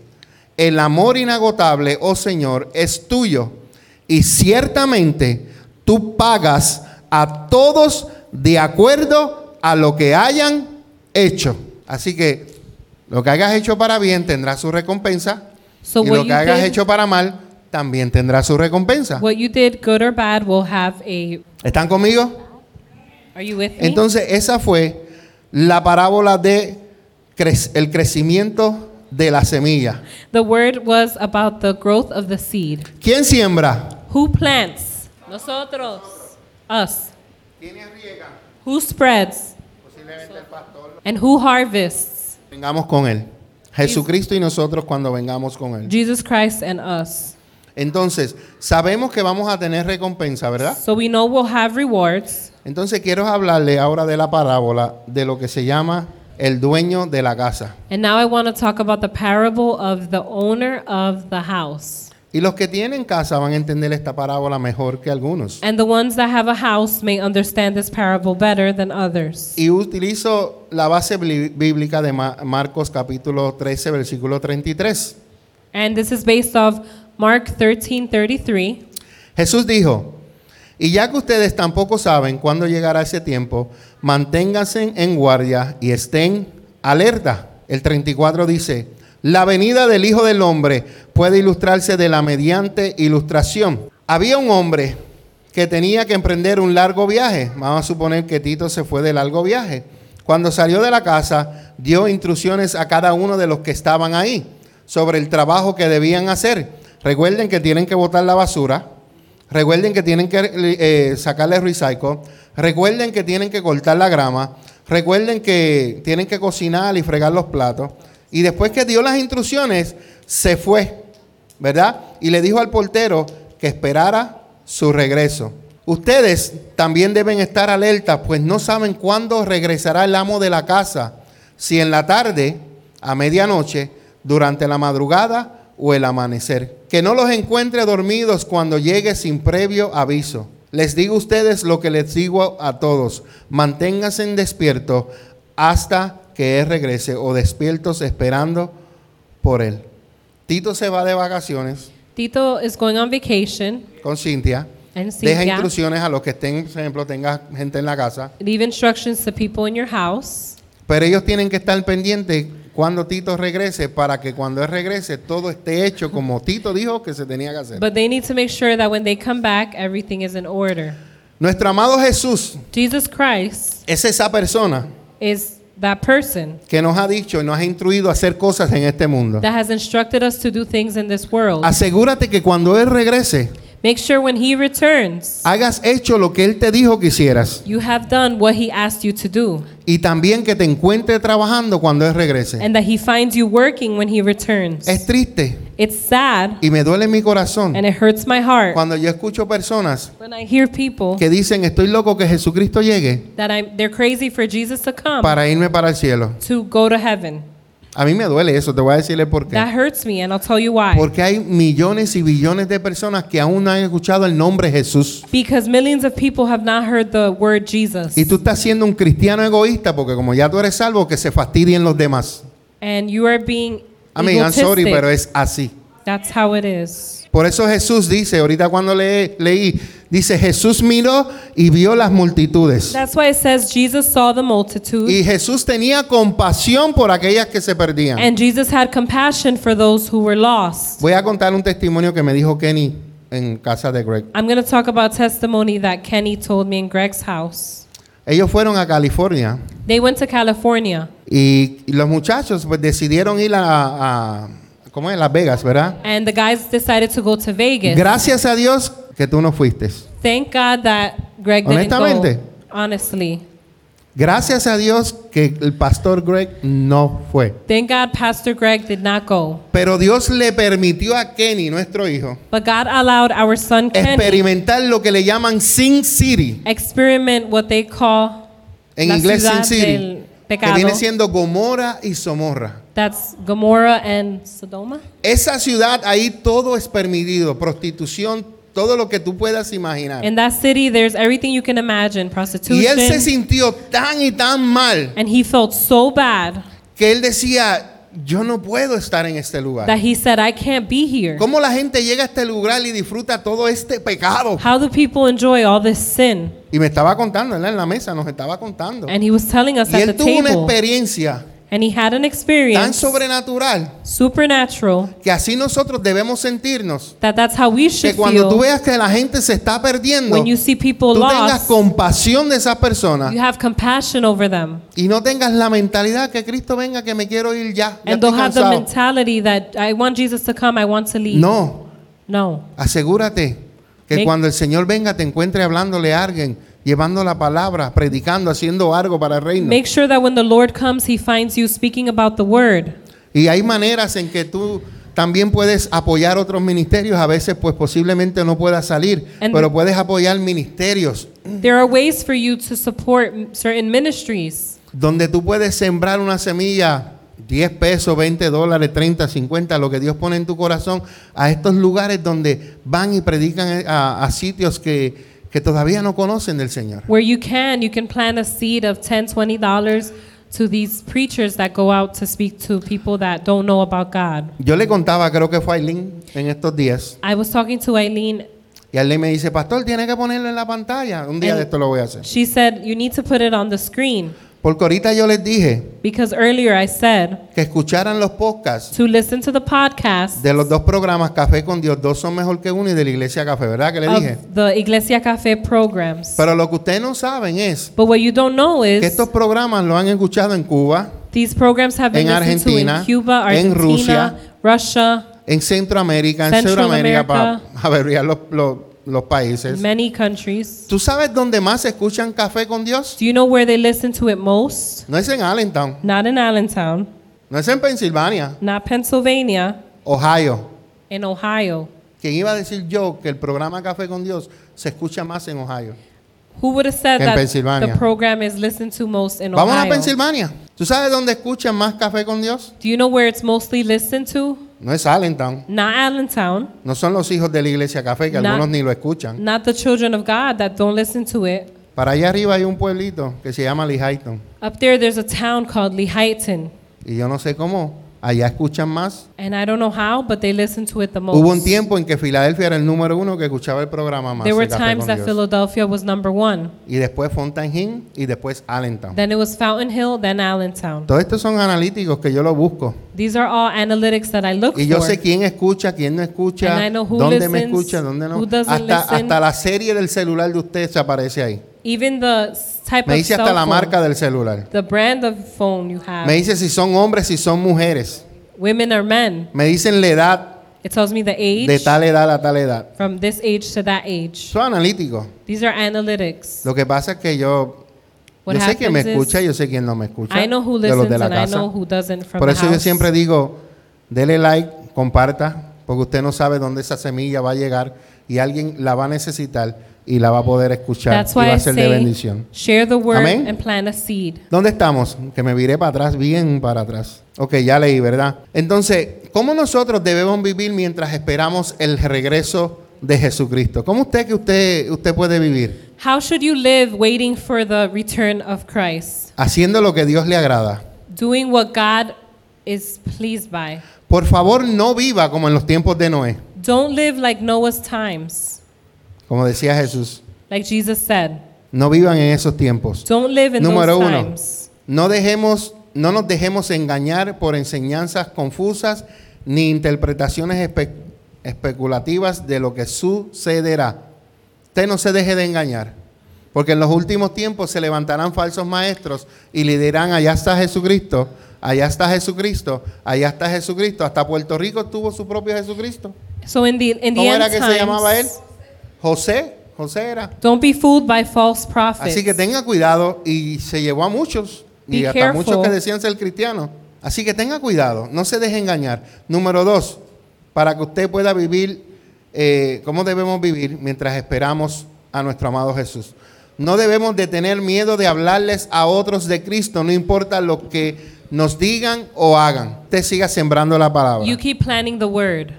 El amor inagotable, oh Señor, es tuyo. Y ciertamente tú pagas a todos de acuerdo a lo que hayan hecho. Así que lo que hayas hecho para bien tendrá su recompensa.
So
y
what
lo que
you
hayas
did-
hecho para mal también tendrá su recompensa.
What you did, good or bad, will have a.
¿Están conmigo?
Are you with me?
Entonces, esa fue la parábola de cre- el crecimiento de la semilla.
the word was about the growth of the seed.
¿Quién siembra?
Who plants? Nosotros. Us. Who spreads? And who harvests?
Vengamos con él. Jesucristo y nosotros cuando vengamos con él.
Jesus Christ and us.
Entonces, sabemos que vamos a tener recompensa, ¿verdad?
So we know we'll have rewards.
Entonces, quiero hablarle ahora de la parábola de lo que se llama el dueño de la casa.
And now I want to talk about the parable of the owner of the house.
Y los que tienen casa van a entender esta parábola mejor que algunos.
And the ones that have a house may understand this parable better than others.
Y utilizo la base bli- bíblica de Ma- Marcos capítulo 13, versículo 33.
And this is based off Mark 13:33.
Jesús dijo, y ya que ustedes tampoco saben cuándo llegará ese tiempo, manténganse en guardia y estén alerta. El 34 dice, la venida del Hijo del Hombre puede ilustrarse de la mediante ilustración. Había un hombre que tenía que emprender un largo viaje. Vamos a suponer que Tito se fue de largo viaje. Cuando salió de la casa, dio instrucciones a cada uno de los que estaban ahí sobre el trabajo que debían hacer. Recuerden que tienen que botar la basura, Recuerden que tienen que eh, sacarle recycle. Recuerden que tienen que cortar la grama. Recuerden que tienen que cocinar y fregar los platos. Y después que dio las instrucciones, se fue, ¿verdad? Y le dijo al portero que esperara su regreso. Ustedes también deben estar alertas, pues no saben cuándo regresará el amo de la casa. Si en la tarde, a medianoche, durante la madrugada o el amanecer. Que no los encuentre dormidos cuando llegue sin previo aviso. Les digo a ustedes lo que les digo a todos. Manténganse en despierto hasta que Él regrese o despiertos esperando por Él. Tito se va de vacaciones
Tito is going on vacation
con Cintia.
and
Deja
Cynthia.
instrucciones a los que estén, por ejemplo, tenga gente en la casa.
Leave instructions to people in your house.
Pero ellos tienen que estar pendientes cuando Tito regrese para que cuando él regrese todo esté hecho como Tito dijo que se tenía que hacer.
But they need to make sure that when they come back, everything is in order.
Nuestro amado Jesús
Jesus Christ
es esa persona
is that person
que nos ha dicho y nos ha instruido a hacer cosas en este mundo.
that has instructed us to do things in this world.
Asegúrate que cuando Él regrese,
Make sure when he returns,
hagas hecho lo que Él te dijo que hicieras.
you have done what he asked you to do
Y también que te encuentre trabajando cuando Él regrese.
and that he finds you working when he returns.
Es triste
It's sad
y me duele mi corazón
and it hurts my heart
cuando yo escucho personas
when I hear people
que dicen estoy loco que Jesucristo llegue
that I'm, they're crazy for Jesus to come
para irme para el cielo.
to go to heaven.
A mí me duele eso, te voy a decirle por qué.
That hurts me and I'll tell you why.
Porque hay millones y billones de personas que aún no han escuchado el nombre Jesús.
Because millions of people have not heard the word Jesus.
Y tú estás siendo un cristiano egoísta porque como ya tú eres salvo, que se fastidien los demás.
And you are being
I mean, I'm sorry,
egotistic.
pero es así.
That's how it is.
Por eso Jesús dice, ahorita cuando le- leí, dice, Jesús miró y vio las multitudes.
That's why it says Jesus saw the multitude.
Y Jesús tenía compasión por aquellas que se perdían.
And Jesus had compassion for those who were lost.
Voy a contar un testimonio que me dijo Kenny en casa de Greg.
I'm going to talk about testimony that Kenny told me in Greg's house.
Ellos fueron a California
They went to California
Y y los muchachos pues, decidieron ir a, a- ¿cómo es? Las Vegas, ¿verdad?
And the guys decided to go to Vegas.
Gracias a Dios que tú no fuiste.
Thank God that Greg didn't
Honestamente.
go. Honestly.
Gracias a Dios que el pastor Greg no fue.
Thank God Pastor Greg did not go.
Pero Dios le permitió a Kenny, nuestro hijo,
But God allowed our son Kenny
experimentar lo que le llaman Sin City.
experiment what they call
En
la
inglés Sin
ciudad
City.
del
Que viene
pecado.
siendo Gomorra y Somorra.
That's Gomorrah and Sodoma.
Esa ciudad ahí todo es permitido, prostitución, todo lo que tú puedas imaginar.
In that city, there's everything you can imagine prostitution.
Y él se sintió tan y tan mal
and he felt so bad
que él decía, yo no puedo estar en este
that
lugar.
he said, I can't be here.
¿Cómo la gente llega a este lugar y disfruta todo este pecado?
How do people enjoy all this sin?
Y me estaba contando, él en la mesa nos estaba contando.
And he was telling us
Y él
at the
tuvo una
table,
experiencia
and he had an
tan
experience,
sobrenatural
supernatural,
que así nosotros debemos sentirnos.
that that's how we
Que
should
cuando tú
feel.
veas que la gente se está perdiendo,
When you
tú
see people
tengas
lost,
compasión de esas personas
you have compassion over them.
y no tengas la mentalidad que Cristo venga, que me quiero ir ya. ya
And don't
estoy
have the
cansado.
mentality that I want Jesus to come, I want to leave.
No,
No.
asegúrate que
Make-
cuando el Señor venga te encuentre hablándole a alguien, llevando la palabra, predicando, haciendo algo para el reino.
Make sure that when the Lord comes, he finds you speaking about the word.
Y hay maneras en que tú también puedes apoyar otros ministerios. A veces, pues posiblemente no puedas salir,
And-
pero puedes apoyar ministerios
There are ways for you to support m- certain ministries
donde tú puedes sembrar una semilla. 10 pesos, 20 dólares, 30, 50, lo que Dios pone en tu corazón, a estos lugares donde van y predican eh, a, a sitios que, que todavía no conocen del Señor.
where you can you can plant a seed of 10 20 dollars to these preachers that go out to speak to people that don't know about God.
Yo le contaba, creo que fue a Aileen en estos días,
I was talking to Eileen.
y Aileen me dice, pastor, tiene que ponerlo en la pantalla. Un día
And-
de esto lo voy a hacer.
She said you need to put it on the screen
Porque ahorita yo les dije
because earlier I said
que escucharan los podcasts
to listen to the podcast
De los dos programas, Café con Dios, dos son mejor que uno y de la Iglesia Café, ¿verdad
Ah.
que le dije?
of the Iglesia Cafe programs.
Pero lo que ustedes no saben es
But what you don't know
que
is
estos programas lo han escuchado en Cuba,
these programs have been
en
listened to in
Argentina,
Cuba,
en
Argentina, Russia,
en Centroamérica, en
Central
Sudamérica, para
America.
averiguar los, los- los países.
many countries.
¿Tú sabes dónde más escuchan Café con Dios?
Do you know where they listen to it most?
No es en Allentown,
Not in Allentown,
no es en Pensilvania,
not Pennsylvania,
Ohio.
in Ohio.
¿Quién iba a decir yo que el programa Café con Dios se escucha más en Ohio?
Who would have said
En
that
Pennsylvania.
the program is listened to most in
Vamos a
Ohio?
Pensilvania. ¿Tú sabes dónde escuchan más Café con Dios?
Do you know where it's mostly listened to?
No es Allentown.
Not Allentown,
No son los hijos de la iglesia café, que
Na-
algunos ni lo escuchan.
not the children of God that don't listen to it.
Para allá arriba hay un pueblito que se llama Lehighton.
Up there, there's a town called Lehighton,
Y yo no sé cómo, allá escuchan más.
and I don't know how, but they listen to it the most.
Hubo un tiempo en que Filadelfia era el número uno que escuchaba el programa más.
There
de
were
Café con
times that
Dios.
Philadelphia was number one.
Y después Fountain Hill y después Allentown.
Then it was Fountain Hill, then Allentown.
Todos estos son analíticos que yo lo busco.
These are all analytics that I look
Y yo
for.
sé quién escucha, quién no escucha,
And I know who
dónde me
listens,
escucha, dónde no.
who doesn't
Hasta,
listen.
hasta la serie del celular de usted se aparece ahí.
Even the s- type
Me
of
dice
cell
hasta la
phone,
marca del celular.
the brand of phone you have,
Me dice si son hombres, si son mujeres.
women or men.
Me dicen la edad,
It tells me the age
de tal edad a tal edad.
from this age to that age.
Soy analítico.
These are analytics.
Lo que pasa es que yo,
What
yo sé quién me
happens is,
escucha, yo sé quién no me escucha.
I know who
de los
listens
de la
and I
casa.
know who doesn't from
Por
the
eso yo
house.
siempre digo, dele like, comparta, porque usted no sabe dónde esa semilla va a llegar y alguien la va a necesitar y la va a poder escuchar
That's
y
why
va
I
a ser de
say,
bendición.
share the word
Amén.
and plant a seed.
¿Dónde estamos? Que me viré para atrás, bien para atrás. Ok, ya leí, ¿verdad? Entonces, ¿cómo nosotros debemos vivir mientras esperamos el regreso de Jesucristo? ¿Cómo usted que usted, usted puede vivir?
How should you live waiting for the return of Christ?
haciendo lo que Dios le agrada.
Doing what God is pleased by.
Por favor, no viva como en los tiempos de Noé,
Don't live like Noah's times,
como decía Jesús.
like Jesus said.
No vivan en esos tiempos.
Don't live in
Número
those
uno,
times.
no dejemos, no nos dejemos engañar por enseñanzas confusas ni interpretaciones espe- especulativas de lo que sucederá. Usted no se deje de engañar, Porque en los últimos tiempos se levantarán falsos maestros y le dirán, allá está Jesucristo, allá está Jesucristo, allá está Jesucristo. Hasta Puerto Rico tuvo su propio Jesucristo.
So in the in the
¿Cómo
end
era que se
times,
llamaba él? José, José era.
Don't be fooled by false prophets.
Así que tenga cuidado y se llevó a muchos y
Be
hasta
careful.
muchos que decían ser cristianos. Así que tenga cuidado, no se deje engañar. Número dos, para que usted pueda vivir eh, cómo debemos vivir mientras esperamos a nuestro amado Jesús. No debemos de tener miedo de hablarles a otros de Cristo, no importa lo que nos digan o hagan. Usted siga sembrando la palabra.
you keep planning the word.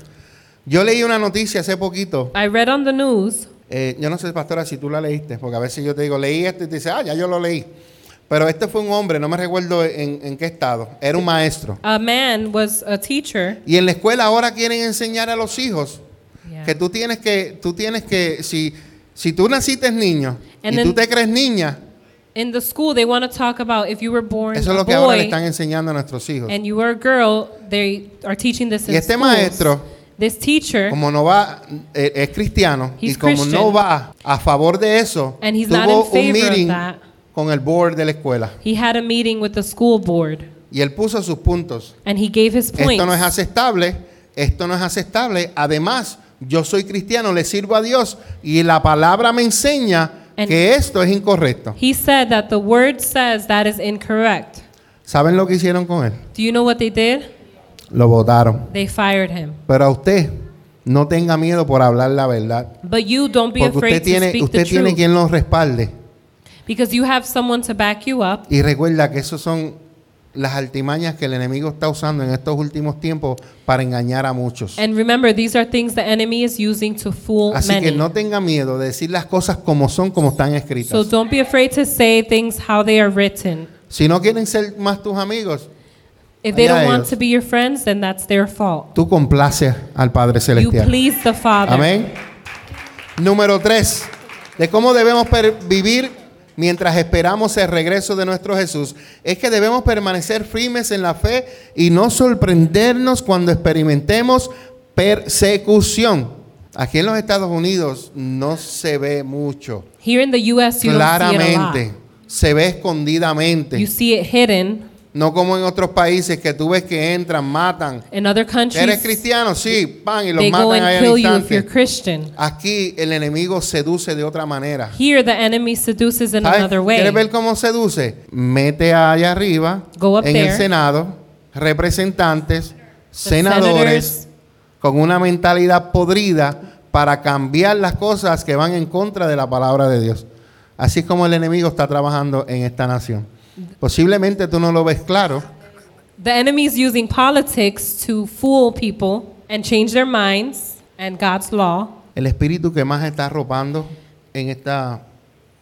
Yo leí una noticia hace poquito.
I read on the news.
Eh, yo no sé, pastora, si tú la leíste, porque a veces yo te digo, leí esto y te dice, ah, ya yo lo leí. Pero este fue un hombre, no me recuerdo en, en qué estado, era un maestro.
A man was a teacher.
Y en la escuela ahora quieren enseñar a los hijos
Yeah.
que tú tienes que, tú tienes que, si, si tú naciste niño y
And then-
tú te crees niña,
In the school, they want to talk about if you were born
eso
a
es lo que ahora le
boy
están enseñando a nuestros hijos.
and you were a girl. They are teaching this
Y
in
este
schools.
maestro,
this teacher,
Como no va, eh, es cristiano, y
He's
como
Christian.
no va a favor de eso,
And he's not in
tuvo un
favor of
meeting
that.
con el board de la escuela
he had a meeting with the school board
y él puso sus puntos.
and he gave his points.
Esto no es aceptable, esto no es aceptable. Además, yo soy cristiano, le sirvo a Dios y la palabra me enseña
And-
que esto es incorrecto.
He said that the word says that is incorrect.
¿Saben lo que hicieron con él?
Do you know what they did?
Lo votaron.
They fired him.
Pero a usted no tenga miedo por hablar la verdad,
But you don't be
porque
afraid
usted
to
tiene
speak the
usted tiene
truth
quien lo respalde
because you have someone to back you up.
y recuerda que esos son las altimañas que el enemigo está usando en estos últimos tiempos para engañar a muchos.
And remember, these are things the enemy is using to fool
Así
many.
que no tenga miedo de decir las cosas como son, como están escritas.
so don't be afraid to say things how they are written.
Si no quieren ser más tus amigos,
If they
Allá
don't want
ellos.
to be your friends, then that's their fault.
tú complaces al Padre
You
Celestial.
please the Father.
Amén. Número tres, de cómo debemos per- vivir mientras esperamos el regreso de nuestro Jesús, es que debemos permanecer firmes en la fe y no sorprendernos cuando experimentemos persecución. Aquí en los Estados Unidos no se ve mucho.
Here in the U.S., you don't see it
Claramente,
a
se ve
lot. ah. You
escondidamente.
see it hidden
No como en otros países que tú ves que entran, matan,
in other
¿Eres
countries.
cristiano? Sí, pan, y los
They go
matan ahí
and
al
kill you if you're
instante.
Christian.
Aquí el enemigo seduce de otra manera.
Here, the enemy seduces in
¿Sabes?
another
¿Quieres
way.
ver cómo seduce? Mete allá arriba,
Go up
en el
there.
Senado, representantes, senadores,
senators.
con una mentalidad podrida para cambiar las cosas que van en contra de la palabra de Dios. Así es como el enemigo está trabajando en esta nación. Posiblemente tú no lo ves claro,
The enemy is using politics to fool people and change their minds and God's law.
el espíritu que más está arropando en esta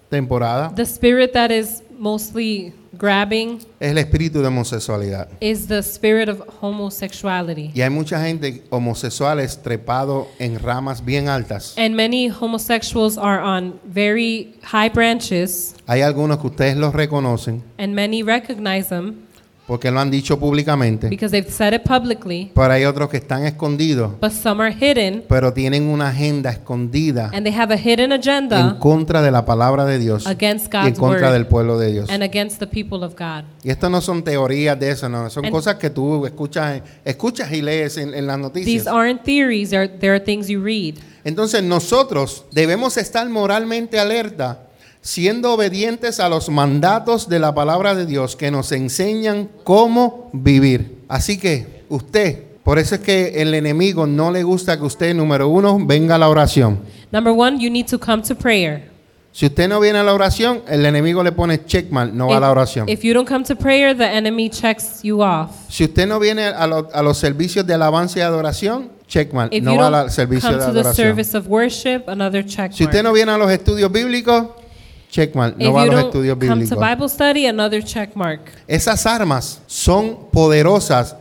temporada.
The spirit that is mostly grabbing
es el espíritu de homosexualidad.
is the spirit of homosexuality.
Y hay mucha gente homosexuales trepado en ramas bien altas.
And many homosexuals are on very high branches,
Hay algunos que ustedes los reconocen
and many recognize them
porque lo han dicho públicamente,
because they've said it publicly,
pero hay otros que están escondidos,
but some are hidden
pero tienen una agenda escondida
and they have a hidden
en
agenda
contra de la palabra de Dios y
against
en
God's
contra del
word
pueblo de Dios.
and against the people of God.
Y esto no son teorías de eso, no, son
And-
cosas que tú escuchas, escuchas y lees en, en las
These
noticias.
aren't theories, they're, they're things you read.
Entonces nosotros debemos estar moralmente alerta, siendo obedientes a los mandatos de la palabra de Dios que nos enseñan cómo vivir. Así que usted, por eso es que el enemigo no le gusta que usted, número uno, venga a la oración.
Number one, you need to come to prayer.
Si usted no viene a la oración, el enemigo le pone checkmark, no va a la oración.
If you don't come to prayer, the enemy checks you off.
Si usted no viene a, lo- a los servicios de alabanza y adoración, checkmark,
If
no
you
va
don't
al servicio
come
de
to the
adoración.
service of worship, another check
Si usted no viene a los estudios bíblicos, checkmark, no
if
va a
you
los
don't
estudios
come to
bíblicos.
Bible study, another check mark.
Esas armas son poderosas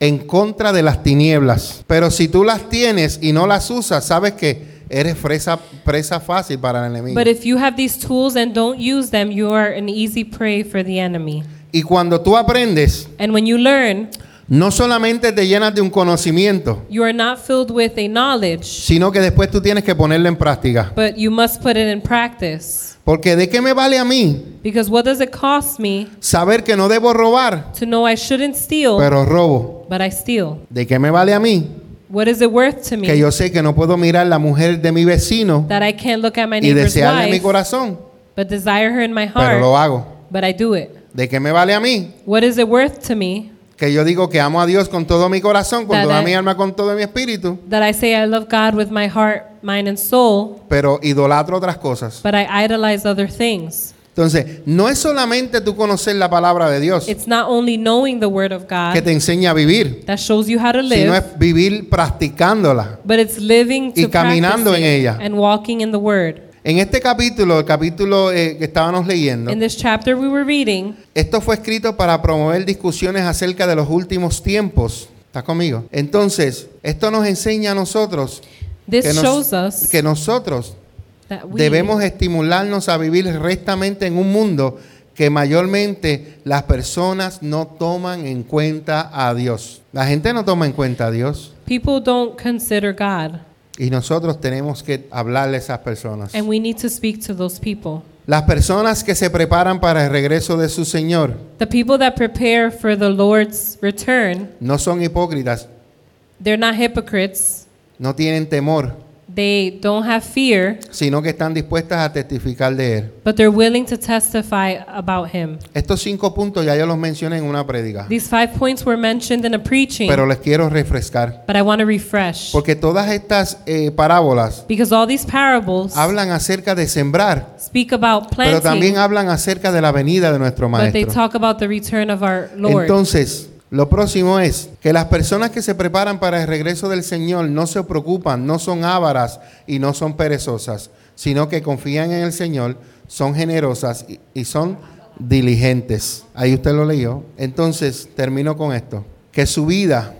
en contra de las tinieblas. Pero si tú las tienes y no las usas, sabes que eres presa, presa fácil para el enemigo.
But if you have these tools and don't use them, you are an easy prey for the enemy.
Y cuando tú aprendes,
And when you learn,
No solamente te llenas de un conocimiento,
You are not filled with a knowledge,
sino que después tú tienes que ponerlo en práctica.
but you must put it in practice.
Porque ¿de qué me vale a mí
Because what does it cost me
saber que no debo robar,
to know I shouldn't steal,
pero robo?
but I steal?
¿De qué me vale a mí
What is it worth to
que
me
yo sé que no puedo mirar la mujer de mi vecino
that I can't look at my
y
neighbor's
desearle mi
wife,
corazón,
but desire her in my
pero
heart,
lo hago?
but I do it?
¿De qué me vale a mí
What is it worth to me
que yo digo que amo a Dios con todo mi corazón, con
That
toda
I-
mi alma, con todo mi espíritu,
that I say I love God with my heart, mind, and soul,
pero idolatro otras cosas?
but I idolize other things?
Entonces, no es solamente tú conocer la palabra de Dios
It's not only knowing the Word of
que
God
te enseña a vivir,
that shows you how to
sino
live,
es vivir practicándola.
but it's living
Y
to
caminando en
practicing
ella.
and walking in the Word.
En este capítulo, el capítulo eh, que estábamos leyendo,
In this chapter we were reading,
esto fue escrito para promover discusiones acerca de los últimos tiempos. ¿Estás conmigo? Entonces, esto nos enseña a nosotros
this
que, nos-
shows us
que nosotros
that we
debemos e- estimularnos a vivir rectamente en un mundo que mayormente las personas no toman en cuenta a Dios. La gente no toma en cuenta a Dios
people don't consider God,
y nosotros tenemos que hablarle a esas personas.
and we need to speak to those people.
Las personas que se preparan para el regreso de su Señor
The people that prepare for the Lord's return,
no son hipócritas,
they're not hypocrites.
no tienen temor,
They don't have fear,
sino que están dispuestas a testificar de Él.
but they're willing to testify about him.
Estos cinco puntos ya yo los mencioné en una prédica,
These five points were mentioned in a preaching,
pero les quiero refrescar,
but I want to refresh
porque todas estas eh, parábolas
because all these parables
hablan acerca de sembrar,
speak about
pero
planting,
también hablan acerca de la venida de nuestro
but they
Maestro.
talk about the return of our Lord.
Entonces, lo próximo es que las personas que se preparan para el regreso del Señor no se preocupan, no son ávaras y no son perezosas, sino que confían en el Señor, son generosas y, y son diligentes. Ahí usted lo leyó. Entonces, termino con esto. Que su vida,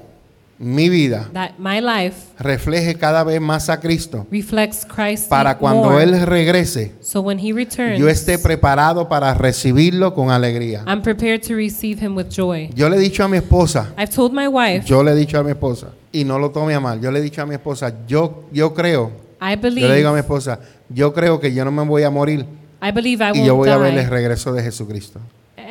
mi vida,
that my life
refleje cada vez más a Cristo
reflects Christ
para cuando
more.
Él regrese.
so when he returns,
Yo esté preparado para recibirlo con alegría.
I'm prepared to receive him with joy.
Yo le he dicho a mi esposa,
I've told my wife,
Yo le he dicho a mi esposa, y no lo tome a mal, yo le he dicho a mi esposa, yo, yo creo,
I
yo le digo a mi
believe,
esposa, yo creo que yo no me voy a morir
I believe I
y yo voy
will
a ver el
die
regreso de Jesucristo.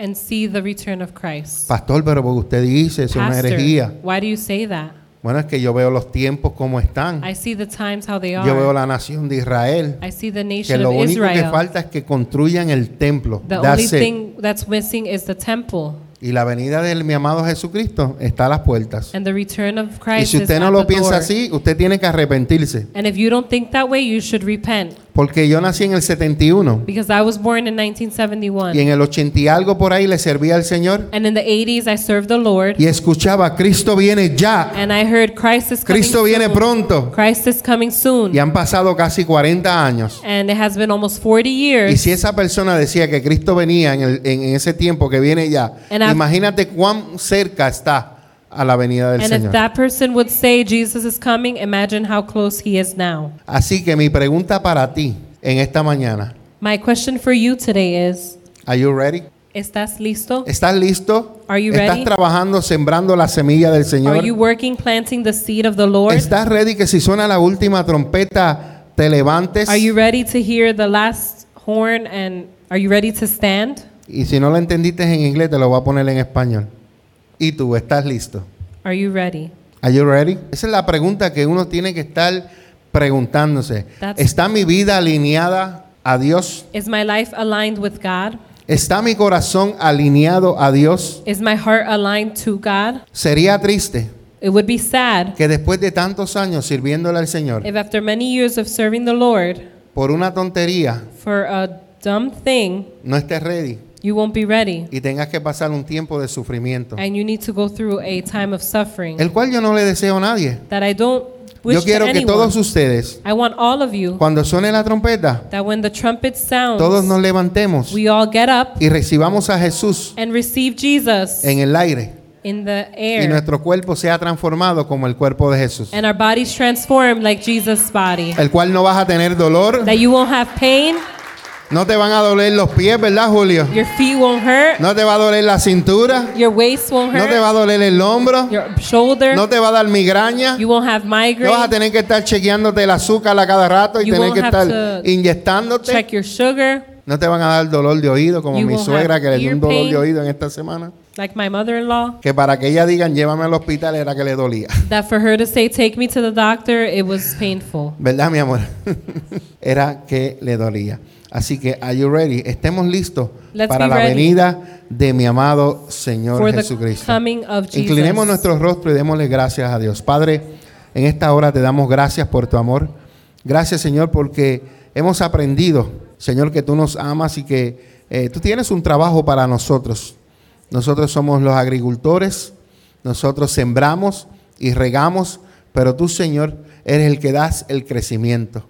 and see the return of Christ.
Pastor, pero porque usted dice, es una
Pastor,
herejía.
why do you say that?
Bueno, es que yo veo los tiempos como están.
I see the times how they
Yo veo
are.
la nación de Israel,
I see the
que
nation
lo
of
único que
Israel.
falta es que construyan el templo.
The
That's
only
it.
thing that's missing is the temple,
Y la venida de mi amado Jesucristo está a las puertas.
and the return of
Y
Christ
si
is
usted no
at
lo
the
piensa
door.
así, usted tiene que arrepentirse.
And if you don't think that way, you should repent,
Porque yo nací en el 71.
because I was born in 1971,
Y en el 80 y algo por ahí le servía al Señor
and in the 80s I served the Lord.
y escuchaba, Cristo viene ya,
And I heard Christ is coming
Cristo viene
soon.
pronto.
Christ is coming soon.
Y han pasado casi 40 años.
And it has been almost 40
Y
years.
si esa persona decía que Cristo venía en, el- en- en ese tiempo que viene ya,
And I-
imagínate cuán cerca está a la venida del
and if
Señor.
that person would say Jesus is coming, imagine how close he is now.
Así que mi pregunta para ti en esta mañana,
My question for you today is,
are you ready?
¿estás listo?
¿Estás listo?
Are you
¿Estás
ready?
trabajando, sembrando la semilla del Señor?
Are you working planting the seed of the Lord?
¿Estás ready que si suena la última trompeta te levantes?
Are you ready to hear the last horn and are you ready to stand?
Y si no lo entendiste en inglés, te lo voy a poner en español. ¿Y tú estás listo?
Are you ready?
Are you ready? Esa es la pregunta que uno tiene que estar preguntándose.
That's-
¿Está mi vida alineada a Dios?
Is my life aligned with God?
¿Está mi corazón alineado a Dios?
Is my heart aligned to God?
Sería triste
It would be sad
que después de tantos años sirviéndole al Señor,
If after many years of serving the Lord
por una tontería,
for a dumb thing,
no estés ready
you won't be ready
y tengas que pasar un tiempo de sufrimiento,
and you need to go through a time of suffering
el cual yo no le deseo a nadie.
that I don't wish
Yo quiero
to
que
anyone.
todos ustedes,
I want all of you
cuando suene la trompeta,
that when the trumpet sounds,
todos nos levantemos
we all get up
y recibamos a Jesús
and receive Jesus
en el aire
in the
y
air
nuestro cuerpo sea transformado como el cuerpo de Jesús,
and our bodies transformed like Jesus' body.
el cual no vas a tener dolor,
That you won't have pain,
No te van a doler los pies, ¿verdad, Julio?
Your feet won't hurt.
No te va a doler la cintura.
Your waist won't
No te
hurt.
va a doler el hombro.
Your shoulder.
No te va a dar migraña.
You won't have
No vas a
migraine.
tener que estar chequeándote el azúcar a cada rato y
You
tener
won't
que
have
estar
to
inyectándote.
Check your sugar.
No te van a dar dolor de oído como
You
mi
won't
suegra
have
que le dio un
ear
dolor
pain.
de oído en esta semana.
Like my mother-in-law.
Que para que ella digan llévame al hospital era que le dolía.
That for her to say, take me to the doctor, it was painful.
¿Verdad, mi amor? era que le dolía. Así que, are you ready? Estemos listos
Let's
para
be
la
ready.
venida de mi amado Señor
For the
Jesucristo.
coming of Jesus.
Inclinemos nuestros rostros y démosle gracias a Dios. Padre, en esta hora te damos gracias por tu amor. Gracias, Señor, porque hemos aprendido, Señor, que tú nos amas y que eh, tú tienes un trabajo para nosotros. Nosotros somos los agricultores, nosotros sembramos y regamos, pero tú, Señor, eres el que das el crecimiento.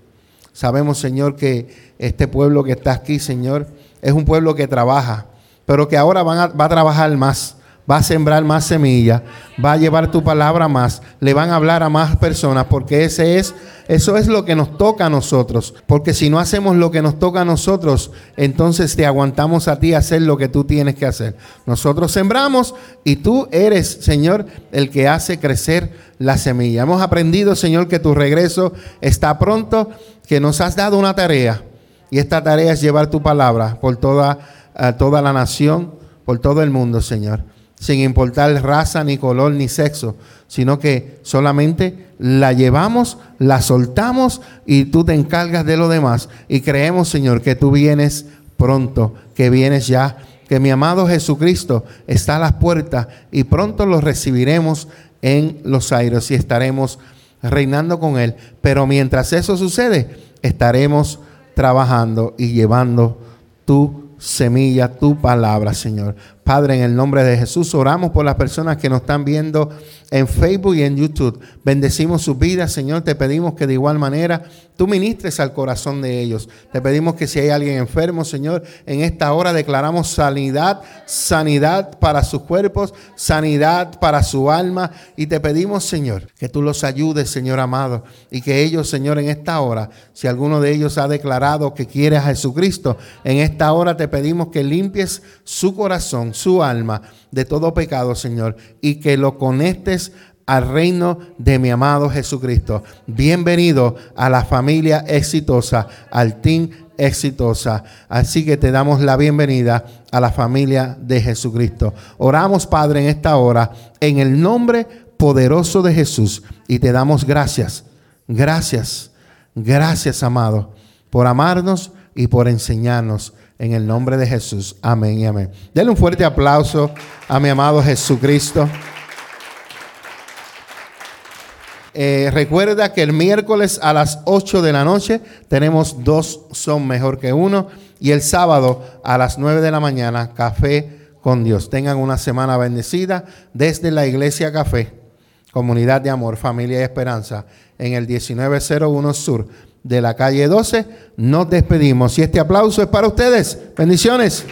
Sabemos, Señor, que este pueblo que está aquí, Señor, es un pueblo que trabaja, pero que ahora van a- va a trabajar más, va a sembrar más semillas, va a llevar tu palabra más, le van a hablar a más personas, porque ese es, eso es lo que nos toca a nosotros. Porque si no hacemos lo que nos toca a nosotros, entonces te aguantamos a ti hacer lo que tú tienes que hacer. Nosotros sembramos y tú eres, Señor, el que hace crecer la semilla. Hemos aprendido, Señor, que tu regreso está pronto, que nos has dado una tarea. Y esta tarea es llevar tu palabra por toda, a toda la nación, por todo el mundo, Señor. Sin importar raza, ni color, ni sexo, sino que solamente la llevamos, la soltamos y tú te encargas de lo demás. Y creemos, Señor, que tú vienes pronto, que vienes ya, que mi amado Jesucristo está a las puertas y pronto lo recibiremos en los aires y estaremos reinando con Él. Pero mientras eso sucede, estaremos trabajando y llevando tu semilla, tu palabra, Señor. Padre, en el nombre de Jesús, oramos por las personas que nos están viendo en Facebook y en YouTube. Bendecimos sus vidas, Señor. Te pedimos que de igual manera tú ministres al corazón de ellos. Te pedimos que si hay alguien enfermo, Señor, en esta hora declaramos sanidad, sanidad para sus cuerpos, sanidad para su alma. Y te pedimos, Señor, que tú los ayudes, Señor amado, y que ellos, Señor, en esta hora, si alguno de ellos ha declarado que quiere a Jesucristo, en esta hora te pedimos que limpies su corazón, su alma, de todo pecado, Señor, y que lo conectes al reino de mi amado Jesucristo. Bienvenido a la familia exitosa, al team exitosa. Así que te damos la bienvenida a la familia de Jesucristo. Oramos, Padre, en esta hora, en el nombre poderoso de Jesús, y te damos gracias, gracias, gracias, amado, por amarnos y por enseñarnos. En el nombre de Jesús. Amén y amén. Denle un fuerte aplauso a mi amado Jesucristo. Eh, recuerda que el miércoles a las 8 de la noche tenemos dos son mejor que uno y el sábado a las 9 de la mañana café con Dios. Tengan una semana bendecida desde la iglesia Café, Comunidad de Amor, Familia y Esperanza, en el 1901 Sur de la calle 12. Nos despedimos y este aplauso es para ustedes. Bendiciones.